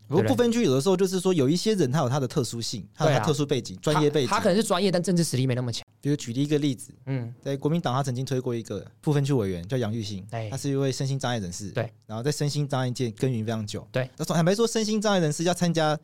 Speaker 3: 不过不分区有的时候就是说，有一些人他有他的特殊性，他有
Speaker 2: 对
Speaker 3: 他
Speaker 2: 啊
Speaker 3: 特殊背景、专业背景
Speaker 2: 他，他。可能是专业，但政治实力没那么强。
Speaker 3: 比如举例一个例子，
Speaker 2: 嗯，
Speaker 3: 在国民党他曾经推过一个不分区委员叫杨玉兴
Speaker 2: 哎，
Speaker 3: 他是一位身心障碍人士，
Speaker 2: 对，
Speaker 3: 然后在身心障碍界耕耘非常久，
Speaker 2: 对。
Speaker 3: 他说坦白说，身心障碍人士要参加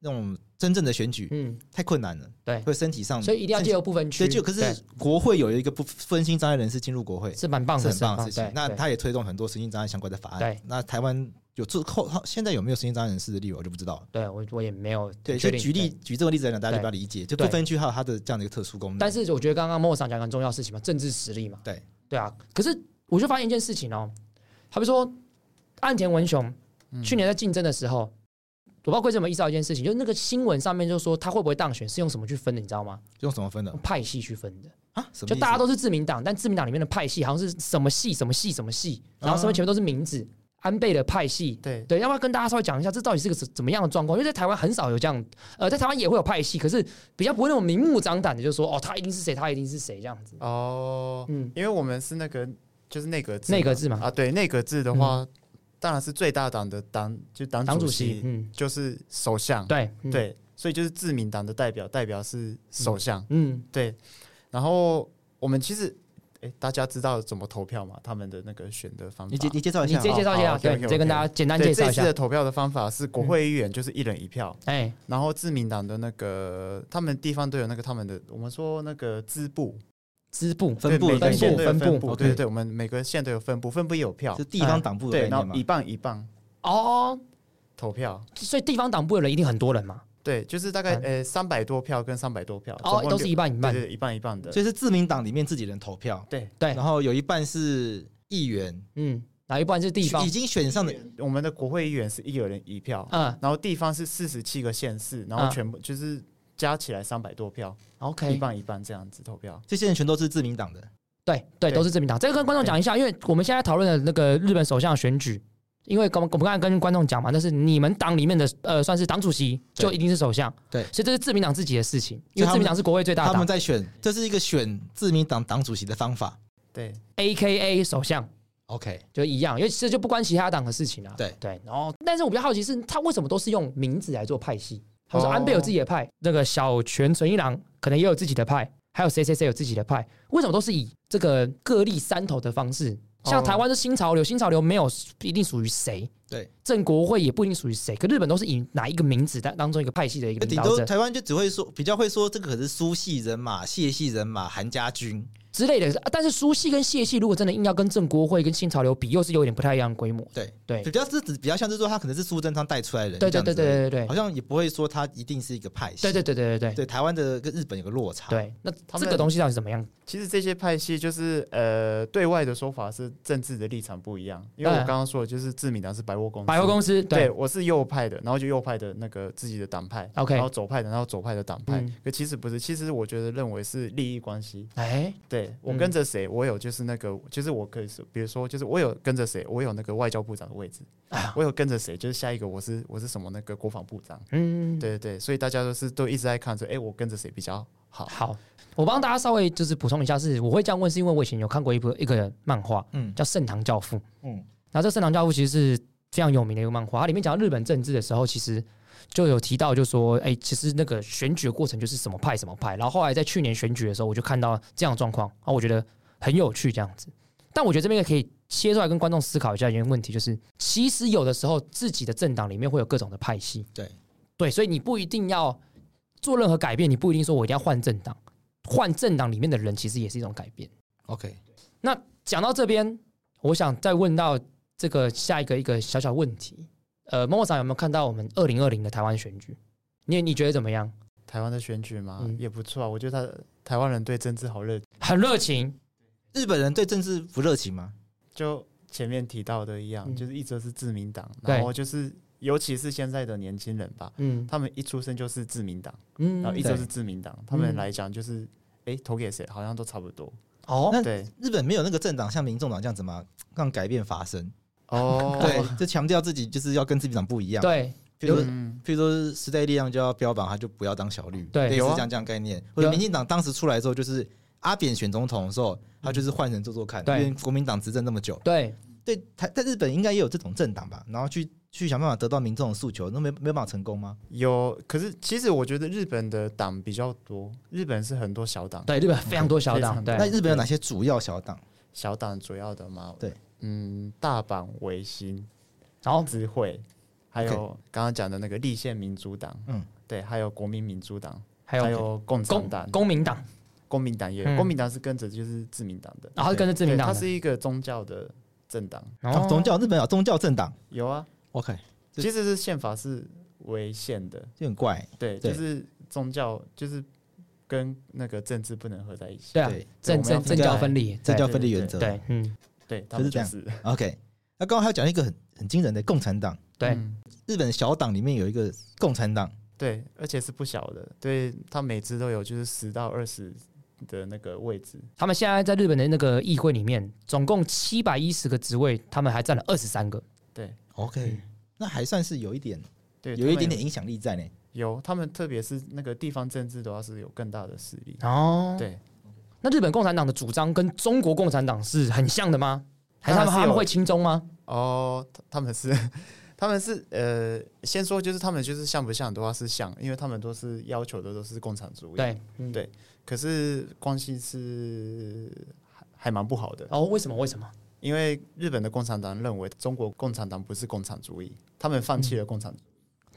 Speaker 3: 那种真正的选举
Speaker 2: 嗯，
Speaker 3: 太困难了，
Speaker 2: 对
Speaker 3: 会身体上，
Speaker 2: 所以一定要借
Speaker 3: 身
Speaker 2: 由不分区。
Speaker 3: 体所以就可
Speaker 2: 对
Speaker 3: 是国会有一个不分心障碍人士进入国会
Speaker 2: 是蛮棒
Speaker 3: 是
Speaker 2: 的，
Speaker 3: 很棒的事
Speaker 2: 对
Speaker 3: 情，那
Speaker 2: 对
Speaker 3: 他也推动很多身心障碍相关的法案
Speaker 2: 对，
Speaker 3: 那台湾有做后后现在有没有身心障碍人士的立委我就不知道了。
Speaker 2: 对我我也没有
Speaker 3: 对，
Speaker 2: 确
Speaker 3: 就
Speaker 2: 定
Speaker 3: 举例。举这个例子来讲，大家就比较理解，就不
Speaker 2: 对
Speaker 3: 分区还有它的这样的一个特殊功能。
Speaker 2: 但是我觉得刚刚莫桑讲得很重要的事情嘛，政治实力嘛，
Speaker 3: 嗯对
Speaker 2: 对啊。可是我就发现一件事情哦，好比说岸田文雄
Speaker 4: 嗯
Speaker 2: 去年在竞争的时候，我不知道贵怎么意识到一件事情，就是那个新闻上面就说他会不会当选是用什么去分的，你知道吗？
Speaker 3: 用什么分的
Speaker 2: 用派系去分的，
Speaker 3: 啊？嗯什么意思？
Speaker 2: 哦就大家都是自民党，但自民党里面的派系好像是什么系什么系什么系，然后
Speaker 3: 啊
Speaker 2: 上面全部都是名字，安倍的派系，
Speaker 4: 对
Speaker 2: 对，要不要跟大家稍微讲一下，这到底是个怎怎么样的状况？因为在台湾很少有这样，呃，在台湾也会有派系，可是比较不会那种明目张胆的，就说哦，他一定是谁，他一定是谁这样子。
Speaker 4: 哦，
Speaker 2: 嗯，
Speaker 4: 因为我们是那个就是内阁制嘛，
Speaker 2: 内阁制嘛
Speaker 4: 啊，对，内阁制的话，当然是最大党的党就党
Speaker 2: 党主
Speaker 4: 席
Speaker 2: 席，嗯，
Speaker 4: 就是首相，
Speaker 2: 对，嗯，
Speaker 4: 对，所以就是自民党的代表，代表是首相，
Speaker 2: 嗯，
Speaker 4: 对，然后我们其实。诶大家知道怎么投票吗？他们的那个选的方法，
Speaker 3: 你介你介绍一
Speaker 2: 你
Speaker 3: 下
Speaker 2: 直接
Speaker 3: 啊
Speaker 2: 介绍一
Speaker 4: 好
Speaker 2: 下，
Speaker 4: ，OK，OK，
Speaker 2: 对，你直接跟
Speaker 4: OK
Speaker 2: 大家简单
Speaker 4: 对
Speaker 2: 介
Speaker 4: 这
Speaker 2: 绍
Speaker 4: 一
Speaker 2: 一
Speaker 4: 次
Speaker 2: 下嗯
Speaker 4: 的。投票的方法是国会议员就是一人一票，
Speaker 2: 哎，
Speaker 4: 然后自民党的那个他们地方都有那个他们的，我们说那个支部
Speaker 2: 支部
Speaker 3: 分布
Speaker 4: 对每个
Speaker 3: 分
Speaker 4: 县
Speaker 3: 布
Speaker 4: 都有
Speaker 2: 分
Speaker 4: 分
Speaker 2: 布
Speaker 4: 部，
Speaker 3: OK
Speaker 4: 对对对，我们每个县都有分部，分部也有票
Speaker 3: 哦是，地方党部的
Speaker 2: 哎
Speaker 3: 概
Speaker 4: 对，然
Speaker 3: 念
Speaker 4: 后
Speaker 3: 嘛
Speaker 4: 一？棒一棒
Speaker 2: 哦，
Speaker 4: 投票，
Speaker 2: 所以地方党部的人一定很多人嘛，
Speaker 4: 对，就是大概
Speaker 2: 嗯
Speaker 4: 呃三百多票跟三百多票，总
Speaker 2: 哦，
Speaker 4: 共
Speaker 2: 都是
Speaker 4: 六
Speaker 2: 一半一
Speaker 4: 对
Speaker 2: 半，
Speaker 4: 对对一半一半的，
Speaker 3: 所以是自民党里面自己人投票，
Speaker 4: 对，
Speaker 2: 对
Speaker 3: 然，后有一半是议员，
Speaker 2: 嗯，哪一半是地方
Speaker 3: 已？经选上的
Speaker 4: 我们的国会议员是一人一票，
Speaker 2: 嗯
Speaker 4: 然后地方是四十七个县市，然后
Speaker 2: 嗯
Speaker 4: 全部就是加起来三百多票，一
Speaker 2: ，OK，
Speaker 4: 半一半这样子投票，
Speaker 3: 这些人全都是自民党的。
Speaker 2: 对对，
Speaker 4: 对
Speaker 2: 都是自民党。这个跟观众讲一下，因为我们现在讨论的那个日本首相选举，因为刚我们刚才跟观众讲嘛，那是你们党里面的呃，算是党主席
Speaker 3: 对
Speaker 2: 就一定是首相，
Speaker 3: 对
Speaker 2: 所以这是自民党自己的事情，因
Speaker 3: 就
Speaker 2: 为
Speaker 3: 他们
Speaker 2: 自民党是国会最大
Speaker 3: 他们
Speaker 2: 党
Speaker 3: 在选，这是一个选自民党党主席的方法。
Speaker 4: 对，
Speaker 2: ，A K A 首相
Speaker 3: OK，
Speaker 2: 就一样，因为这就不关其他党的事情啊。
Speaker 3: 对
Speaker 2: 对，然后但是我比较好奇是，他为什么都是用名字来做派系？他说
Speaker 4: 哦
Speaker 2: 安倍有自己的派，那个小泉纯一郎可能也有自己的派，还有谁谁谁有自己的派，为什么都是以这个各立山头的方式像
Speaker 4: 哦
Speaker 2: 台湾是新潮流，新潮流没有一定属于谁，
Speaker 3: 对，
Speaker 2: 正国会也不一定属于谁，可日本都是以哪一个名字当当做一个派系的一个领
Speaker 3: 顶
Speaker 4: 哎
Speaker 2: 导
Speaker 3: 多
Speaker 2: 者
Speaker 3: 台湾就只会说比较会说这个可是苏系人马、谢系人马、韩家军，
Speaker 2: 之类的。啊但是苏系跟谢系如果真的硬要跟正国会跟新潮流比，又是有点不太一样的规模。
Speaker 3: 对
Speaker 2: 对
Speaker 3: 比较是指比较像是说他可能是苏贞昌带出来的人，
Speaker 2: 对
Speaker 3: 这
Speaker 2: 对
Speaker 3: 样子
Speaker 2: 对对对对
Speaker 3: 好像也不会说他一定是一个派系，
Speaker 2: 对对对对对对
Speaker 3: 对，台湾的跟日本有个落差，，
Speaker 2: 对。那
Speaker 4: 他
Speaker 2: 这
Speaker 4: 们嗯
Speaker 2: 个东西到底怎么样？
Speaker 4: 其实这些派系就是呃，对外的说法是政治的立场不一样，因为我
Speaker 2: 对
Speaker 4: 刚刚说的就是自民党是百货公司，
Speaker 2: 百货公司
Speaker 4: 对
Speaker 2: 对
Speaker 4: 我是右派的，然后就右派的那个自己的党派
Speaker 2: OK
Speaker 4: 然后左派的，然后左派的党派
Speaker 2: 嗯。
Speaker 4: 可其实不是，其实我觉得认为是利益关系。
Speaker 2: 哎
Speaker 4: 对我
Speaker 2: 嗯
Speaker 4: 跟着谁，我有就是那个，就是我可以说，比如说，就是我有跟着谁，我有那个外交部长的位置，
Speaker 2: 啊
Speaker 4: 我有跟着谁，就是下一个我是我是什么那个国防部长。
Speaker 2: 嗯
Speaker 4: 对对对，所以大家都是都一直在看着，哎，我跟着谁比较好？
Speaker 2: 好，我帮大家稍微就是补充一下是，我会这样问，是因为我以前有看过一部一个漫画，
Speaker 3: 嗯
Speaker 2: 叫《盛唐教父》，嗯
Speaker 3: 嗯，
Speaker 2: 然后这《盛唐教父》其实是非常有名的一个漫画，它里面讲到日本政治的时候，其实就有提到，就说，哎、其实那个选举的过程就是什么派什么派，然后后来在去年选举的时候，我就看到这样的状况，啊，我觉得很有趣这样子。但我觉得这边也可以切出来跟观众思考一下一个问题，就是其实有的时候自己的政党里面会有各种的派系，
Speaker 3: 对
Speaker 2: 对，所以你不一定要做任何改变，你不一定说我一定要换政党，换政党里面的人其实也是一种改变。
Speaker 3: ，OK，
Speaker 2: 讲到这边，我想再问到这个下一个一个小小问题，呃，某某长有没有看到我们二零二零的台湾选举？你你觉得怎么样？
Speaker 4: 台湾的选举嘛
Speaker 2: 嗯，
Speaker 4: 也不错啊，我觉得他台湾人对政治好热
Speaker 2: 很热情，
Speaker 3: 日本人对政治不热情吗？
Speaker 4: 就前面提到的一样，
Speaker 2: 嗯
Speaker 4: 就是一直都是自民党，
Speaker 2: 对
Speaker 4: 然后就是尤其是现在的年轻人吧，
Speaker 2: 嗯
Speaker 4: 他们一出生就是自民党，
Speaker 2: 嗯
Speaker 4: 然后一直
Speaker 3: 周
Speaker 4: 都是自民党，他们来讲就是，哎、投给谁好像都差不多。
Speaker 2: 哦，(laughs)
Speaker 3: 那
Speaker 4: 对，
Speaker 3: 日本没有那个政党像民众党这样子吗？让改变发生，
Speaker 4: 哦，
Speaker 3: 对，就强调自己就是要跟自民党不一样，，
Speaker 2: 对，
Speaker 3: 比如说
Speaker 4: 嗯，
Speaker 3: 譬如说时代力量就要标榜他就不要当小绿，
Speaker 2: 对
Speaker 3: 类似
Speaker 4: 有啊
Speaker 3: 这样这样概念。或者民进党当时出来之后，就是阿扁选总统的时候，他就是换人做做看，因
Speaker 2: 对
Speaker 3: 为国民党执政那么久，
Speaker 2: 对，
Speaker 3: 对台在日本应该也有这种政党吧，然后去去想办法得到民众的诉求，那没没有办法成功吗？
Speaker 4: 有，可是其实我觉得日本的党比较多，日本是很多小党，
Speaker 2: 对，日本非常多小党，
Speaker 4: 非常多
Speaker 2: 对
Speaker 3: 那，日本有哪些主要小党？
Speaker 4: 小党主要的嘛，
Speaker 3: 对，
Speaker 4: 嗯，大阪维新、
Speaker 2: 然后
Speaker 4: 智慧，还有刚刚讲的那个立宪民主党，
Speaker 3: 嗯
Speaker 4: 嗯，对，还有国民民主党，
Speaker 2: 还
Speaker 4: 还
Speaker 2: 有
Speaker 4: 有共产党
Speaker 2: 公。公民党，
Speaker 4: 公民党也，
Speaker 2: 嗯
Speaker 4: 公民党是跟着就是自民党的，
Speaker 2: 然后跟着自民
Speaker 4: 对
Speaker 2: 党
Speaker 4: 它
Speaker 2: 的，
Speaker 4: 是一个宗教的政党，
Speaker 2: 然
Speaker 3: 哦宗教日本有宗教政党
Speaker 4: 有啊，
Speaker 3: ，OK，对
Speaker 4: 其实是宪法是违宪的，
Speaker 3: 就很怪。
Speaker 4: 对，
Speaker 3: 对
Speaker 4: 就是宗教就是跟那个政治不能合在一起，
Speaker 2: 对啊
Speaker 3: 对，
Speaker 2: 政
Speaker 4: 我们要
Speaker 2: 政政
Speaker 3: 分
Speaker 2: 教
Speaker 3: 开
Speaker 2: 分离，
Speaker 3: 这
Speaker 2: 对
Speaker 3: 叫分离原则。
Speaker 2: 对，嗯，
Speaker 4: 对，他们
Speaker 3: 就
Speaker 4: 就是是
Speaker 3: OK，那刚刚还有讲一个很很惊人的共产党，
Speaker 2: 对
Speaker 4: 嗯
Speaker 3: 日本小党里面有一个共产党，
Speaker 4: 对，而且是不小的，对他每次都有就是十到二十的那个位置，
Speaker 2: 他们现在在日本的那个议会里面，总共七百一十个职位，他们还占了二十三个，
Speaker 4: 对
Speaker 3: OK，那嗯还算是有一点，
Speaker 4: 对，
Speaker 3: 有一点
Speaker 4: 他们
Speaker 3: 点影响力在呢。
Speaker 4: 有，他们特别是那个地方政治的话是有更大的势力，
Speaker 2: 哦，
Speaker 4: 对，
Speaker 2: 那日本共产党的主张跟中国共产党是很像的吗？还是他们
Speaker 4: 当然是有
Speaker 2: 他们会亲中吗？
Speaker 4: 哦，他他们是，他们是呃，先说就是他们就是像不像的话是像，因为他们都是要求的都是共产主义。，
Speaker 2: 对，嗯
Speaker 4: 对可是关系是还还蛮不好的，
Speaker 2: 哦，为什么？为什么？
Speaker 4: 因为日本的共产党认为中国共产党不是共产主义，他们放
Speaker 3: 嗯
Speaker 4: 弃了共产主义。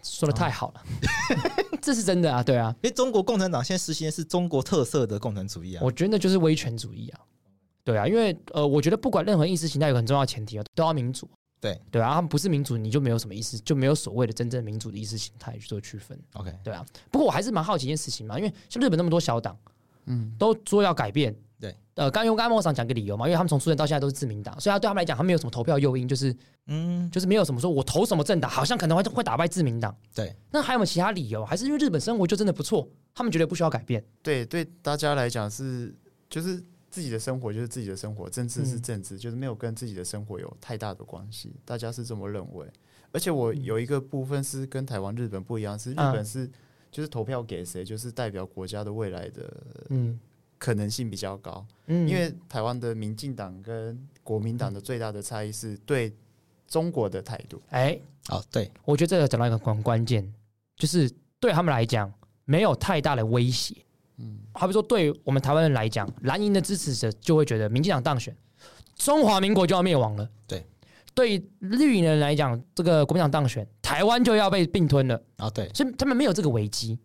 Speaker 2: 说的太好了，
Speaker 4: 哦
Speaker 2: (laughs) 这是真的啊，对啊，
Speaker 3: 因为中国共产党现在实行的是中国特色的共产主义啊。
Speaker 2: 我觉得就是威权主义啊，对啊，因为呃，我觉得不管任何意识形态，有个很重要的前提啊，都要民主。
Speaker 3: 对
Speaker 2: 对啊，他们不是民主，你就没有什么意思，就没有所谓的真正民主的意识形态去做区分。
Speaker 3: OK，
Speaker 2: 对啊，不过我还是蛮好奇一件事情嘛，因为像日本那么多小党
Speaker 4: 嗯，
Speaker 2: 都说要改变，
Speaker 3: 对，
Speaker 2: 呃，刚用刚刚莫上讲个理由嘛，因为他们从出生到现在都是自民党，所以他对他们来讲，他们没有什么投票诱因，就是
Speaker 3: 嗯，
Speaker 2: 就是没有什么说我投什么政党，好像可能会会打败自民党。
Speaker 3: 对，
Speaker 2: 那还有没有其他理由？还是因为日本生活就真的不错，他们觉得不需要改变？
Speaker 4: 对对，大家来讲是就是自己的生活就是自己的生活，政治是
Speaker 2: 嗯
Speaker 4: 政治，就是没有跟自己的生活有太大的关系，大家是这么认为。而且我有一个部分是跟台湾、日本不一样，是日
Speaker 2: 嗯
Speaker 4: 本是就是投票给谁，就是代表国家的未来的
Speaker 2: 嗯
Speaker 4: 可能性比较高。
Speaker 2: 嗯
Speaker 4: 因为台湾的民进党跟国民党的最大的差异是对中国的态度。
Speaker 2: 哎、
Speaker 3: 哦，对，
Speaker 2: 我觉得这个讲到一个很关键，就是对他们来讲没有太大的威胁。嗯，好比说对我们台湾人来讲，蓝营的支持者就会觉得民进党当选，中华民国就要灭亡了。
Speaker 3: 对，
Speaker 2: 对于绿营人来讲，这个国民党当选，台湾就要被并吞了，
Speaker 3: 啊，对，
Speaker 2: 所以他们没有这个危机。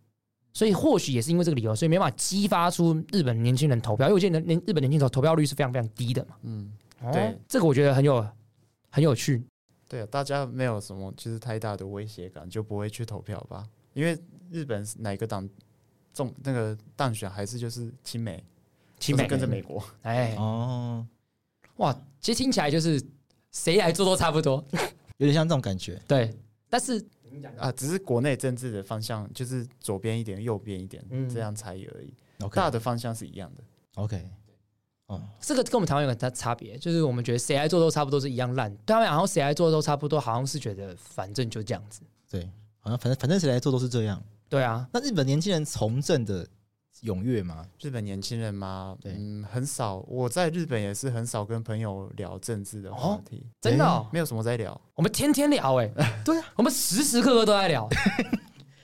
Speaker 2: 所以或许也是因为这个理由，所以没办法激发出日本年轻人投票，因为我记得年日本年轻人投票率是非常非常低的嘛。
Speaker 4: 嗯，
Speaker 2: 哦
Speaker 4: 对，
Speaker 2: 这个我觉得很有很有趣。
Speaker 4: 对啊，大家没有什么就是太大的威胁感，就不会去投票吧？因为日本是哪个党中那个当选还是就是亲美，
Speaker 2: 亲
Speaker 4: 就是
Speaker 2: 美
Speaker 4: 跟着美国，
Speaker 2: 哎，
Speaker 3: 哦，
Speaker 2: 哇，其实听起来就是谁来做都差不多，
Speaker 3: 有点像这种感觉。
Speaker 2: (laughs) 对。但是
Speaker 4: 啊，只是国内政治的方向就是左边一点，右边一点，
Speaker 2: 嗯
Speaker 4: 这样差异而已。大
Speaker 3: OK
Speaker 4: 的方向是一样的。
Speaker 3: OK，哦，
Speaker 2: 这个跟我们台湾有很大差别，就是我们觉得谁来做都差不多是一样烂，对他们好像谁来做都差不多，好像是觉得反正就这样子。
Speaker 3: 对，好像反正反正谁来做都是这样。
Speaker 2: 对啊，
Speaker 3: 那日本年轻人从政的踊跃吗？
Speaker 4: 日本年轻人嘛，
Speaker 3: 对
Speaker 4: 嗯，很少。我在日本也是很少跟朋友聊政治的话
Speaker 2: 哦
Speaker 4: 题，
Speaker 2: 真的哦、
Speaker 4: 没有什么在聊。
Speaker 2: 我们天天聊 (laughs) 哎、
Speaker 3: 对啊，
Speaker 2: 我们时时刻刻都在聊，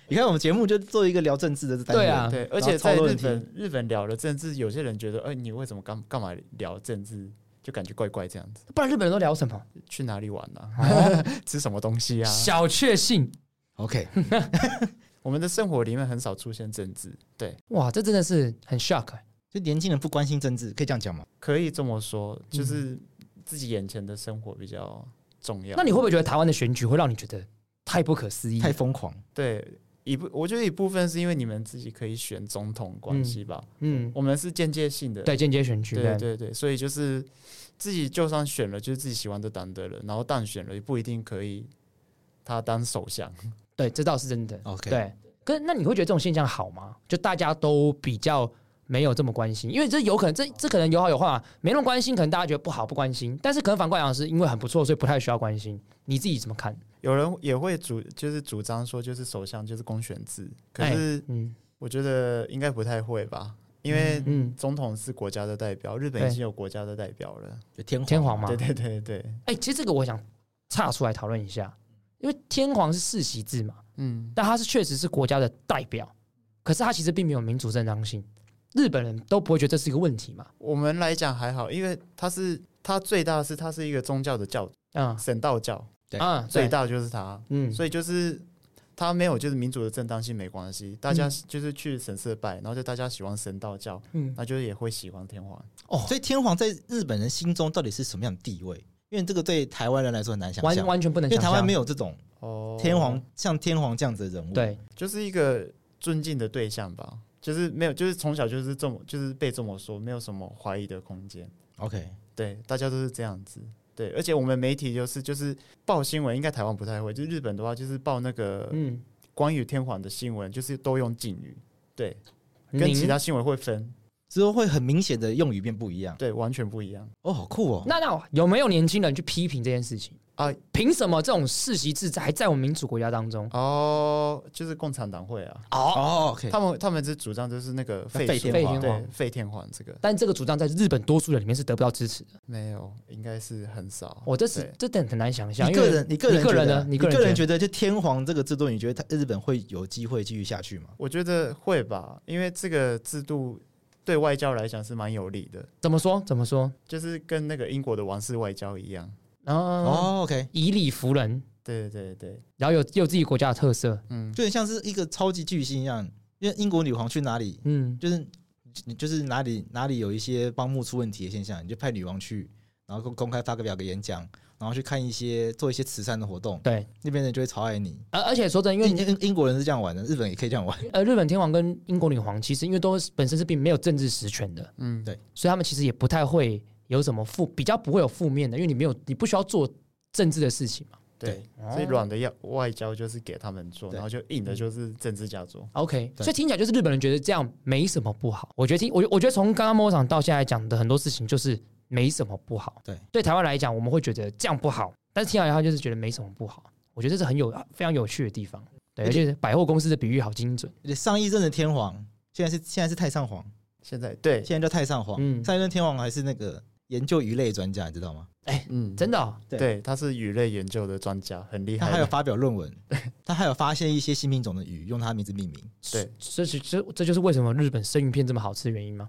Speaker 3: 你看我们节目就做一个聊政治的单元，
Speaker 2: 对啊
Speaker 4: 对，
Speaker 3: 然后
Speaker 4: 而且
Speaker 3: 超
Speaker 4: 在
Speaker 3: 多
Speaker 4: 日
Speaker 3: 人
Speaker 4: 本，日本聊了政治，有些人觉得，哎、你为什么干干嘛聊政治？就感觉怪怪这样子。
Speaker 2: (laughs) 不然日本人都聊什么？
Speaker 4: 去哪里玩
Speaker 2: (laughs)
Speaker 4: 啊？
Speaker 2: 哦
Speaker 4: (laughs) 吃什么东西啊？
Speaker 2: 小确幸。 (laughs)
Speaker 3: OK，
Speaker 4: 我们的生活里面很少出现政治，对，
Speaker 2: 哇，这真的是很 shock 哎、
Speaker 3: 就年轻人不关心政治，可以这样讲吗？
Speaker 4: 可以这么说，
Speaker 2: 嗯
Speaker 4: 就是自己眼前的生活比较重要。
Speaker 2: 那你会不会觉得台湾的选举会让你觉得太不可思议？
Speaker 3: 太疯狂，
Speaker 4: 对一部，我觉得一部分是因为你们自己可以选总统关系吧，
Speaker 2: 嗯，
Speaker 4: 我们是间接性的，
Speaker 2: 对，间接选举，
Speaker 4: 对对对，所以就是自己就算选了，就是自己喜欢的党的人，然后当选了，也不一定可以他当首相。
Speaker 2: 对，这倒是真的。
Speaker 3: OK
Speaker 2: 对，可是那你会觉得这种现象好吗？就大家都比较没有这么关心，因为这有可能，这这可能有好有坏嘛，没那么关心，可能大家觉得不好不关心，但是可能反过来讲是因为很不错，所以不太需要关心。你自己怎么看？
Speaker 4: 有人也会主就是主张说，就是首相就是公选制，可是
Speaker 2: 嗯
Speaker 4: 我觉得应该不太会吧，因为
Speaker 2: 嗯，
Speaker 4: 总统是国家的代表，日本
Speaker 2: 对
Speaker 4: 已经有国家的代表了。
Speaker 3: 就天皇
Speaker 2: 天皇嘛，
Speaker 4: 对对对对，
Speaker 2: 哎、其实这个我想岔出来讨论一下，因为天皇是世袭制嘛，
Speaker 4: 嗯，
Speaker 2: 但他是确实是国家的代表，可是他其实并没有民主正当性。日本人都不会觉得这是一个问题嘛？
Speaker 4: 我们来讲还好，因为他是他最大的是他是一个宗教的教
Speaker 2: 啊、
Speaker 4: 神道教，
Speaker 3: 对
Speaker 2: 啊，
Speaker 4: 最
Speaker 2: 对，
Speaker 4: 大就是他，
Speaker 2: 嗯，
Speaker 4: 所以就是他没有就是民主的正当性没关系，大家
Speaker 2: 嗯
Speaker 4: 就是去神社拜，然后就大家喜欢神道教，
Speaker 2: 嗯，
Speaker 4: 那就是也会喜欢天皇。
Speaker 2: 哦，
Speaker 3: 所以天皇在日本人心中到底是什么样的地位？因为这个对台湾人来说很难想
Speaker 2: 完
Speaker 3: 象，
Speaker 2: 完全不能
Speaker 3: 因
Speaker 2: 想
Speaker 3: 为
Speaker 2: 象，
Speaker 3: 台湾没有这种
Speaker 4: 哦
Speaker 3: 天皇像天皇这样子的人物。，
Speaker 2: 对，
Speaker 4: 就是一个尊敬的对象吧，就是没有，就是从小就是这么，就是被这么说，没有什么怀疑的空间。
Speaker 3: OK，
Speaker 4: 对，大家都是这样子。对，而且我们媒体就是就是报新闻，应该台湾不太会，就是日本的话就是报那个
Speaker 2: 嗯，
Speaker 4: 关于天皇的新闻，就是都用敬语，对，跟
Speaker 2: 您
Speaker 4: 其他新闻会分，
Speaker 3: 之后会很明显的用语变不一样。
Speaker 4: 对，完全不一样。
Speaker 3: 哦，好酷哦！
Speaker 2: 那那有没有年轻人去批评这件事情啊
Speaker 4: 啊？
Speaker 2: 凭什么这种世袭制还在我们民主国家当中？
Speaker 4: 哦，就是共产党会啊，
Speaker 2: 哦，
Speaker 3: 哦，OK，
Speaker 4: 他们他们是主张就是那个废
Speaker 3: 废
Speaker 4: 除
Speaker 2: 天皇
Speaker 4: 对废天皇这个
Speaker 2: 但这个主张在日本多数人里面是得不到支持的。
Speaker 4: 没有，应该是很少。
Speaker 2: 我这是
Speaker 4: 对
Speaker 2: 这点很难想象。
Speaker 3: 你
Speaker 2: 因为
Speaker 3: 个人，你个人
Speaker 2: 你个
Speaker 3: 觉
Speaker 2: 人
Speaker 3: 得啊
Speaker 2: 呢？
Speaker 3: 你
Speaker 2: 个
Speaker 3: 个人
Speaker 2: 觉
Speaker 3: 觉得就天皇这个制度，你觉得他日本会有机会继续下去吗？
Speaker 4: 我觉得会吧，因为这个制度对外交来讲是蛮有利的，
Speaker 2: 得怎么说？怎么说？
Speaker 4: 就是跟那个英国的王室外交一样。
Speaker 2: 然后
Speaker 3: 哦，OK，
Speaker 2: 以理服人，
Speaker 4: 对对对，
Speaker 2: 然后有有自己国家的特色。
Speaker 4: 嗯，
Speaker 3: 就很像是一个超级巨星一样，因为英国女皇去哪里，
Speaker 2: 嗯，
Speaker 3: 就是你就是哪里哪里有一些帮木出问题的现象，你就派女王去，然后公公开发个表个演讲，然后去看一些做一些慈善的活动，
Speaker 2: 对。
Speaker 3: 那边人就会超爱你。
Speaker 2: 而而且说真的，
Speaker 3: 因为
Speaker 2: 因为
Speaker 3: 英英国人是这样玩的，日本也可以这
Speaker 2: (laughs)
Speaker 3: 样玩。
Speaker 2: 呃，日本天皇跟英国女皇其实因为都是本身是并没有政治实权的，
Speaker 4: 嗯，
Speaker 3: 对
Speaker 2: 所以他们其实也不太会有什么负，比较不会有负面的，因为你没有你不需要做政治的事情嘛。
Speaker 4: 对，
Speaker 2: 哦嗯
Speaker 4: 所以软的要外交就是给他们做，
Speaker 3: 对
Speaker 4: 然后就硬的就是政治家做。
Speaker 2: OK，
Speaker 3: 对
Speaker 2: 所以听起来就是日本人觉得这样没什么不好。我觉得听我我觉得从刚刚莫场到现在讲的很多事情，就是没什么不好。
Speaker 3: 对，
Speaker 2: 对台湾来讲，我们会觉得这样不好，但是听起来他就是觉得没什么不好。我觉得这是很有非常有趣的地方。对，而
Speaker 3: 而且
Speaker 2: 且百货公司的比喻好精准。
Speaker 3: 而且上一任的天皇现在是现在是太上皇，
Speaker 4: 现在对，
Speaker 3: 现在叫太上皇。
Speaker 2: 嗯
Speaker 3: 上一任天皇还是那个研究鱼类专家，你知道吗？
Speaker 4: 嗯，
Speaker 2: 真的哦、
Speaker 3: 对
Speaker 4: 对，他是鱼类研究的专家，很厉
Speaker 3: 他
Speaker 4: 害
Speaker 3: 还有
Speaker 4: 的。
Speaker 3: 发表论文，他还有发现一些新品种的鱼，用他名字命名。
Speaker 4: 对，
Speaker 2: 这是这这 (laughs) 就是为什么日本生鱼片这么好吃的原因吗？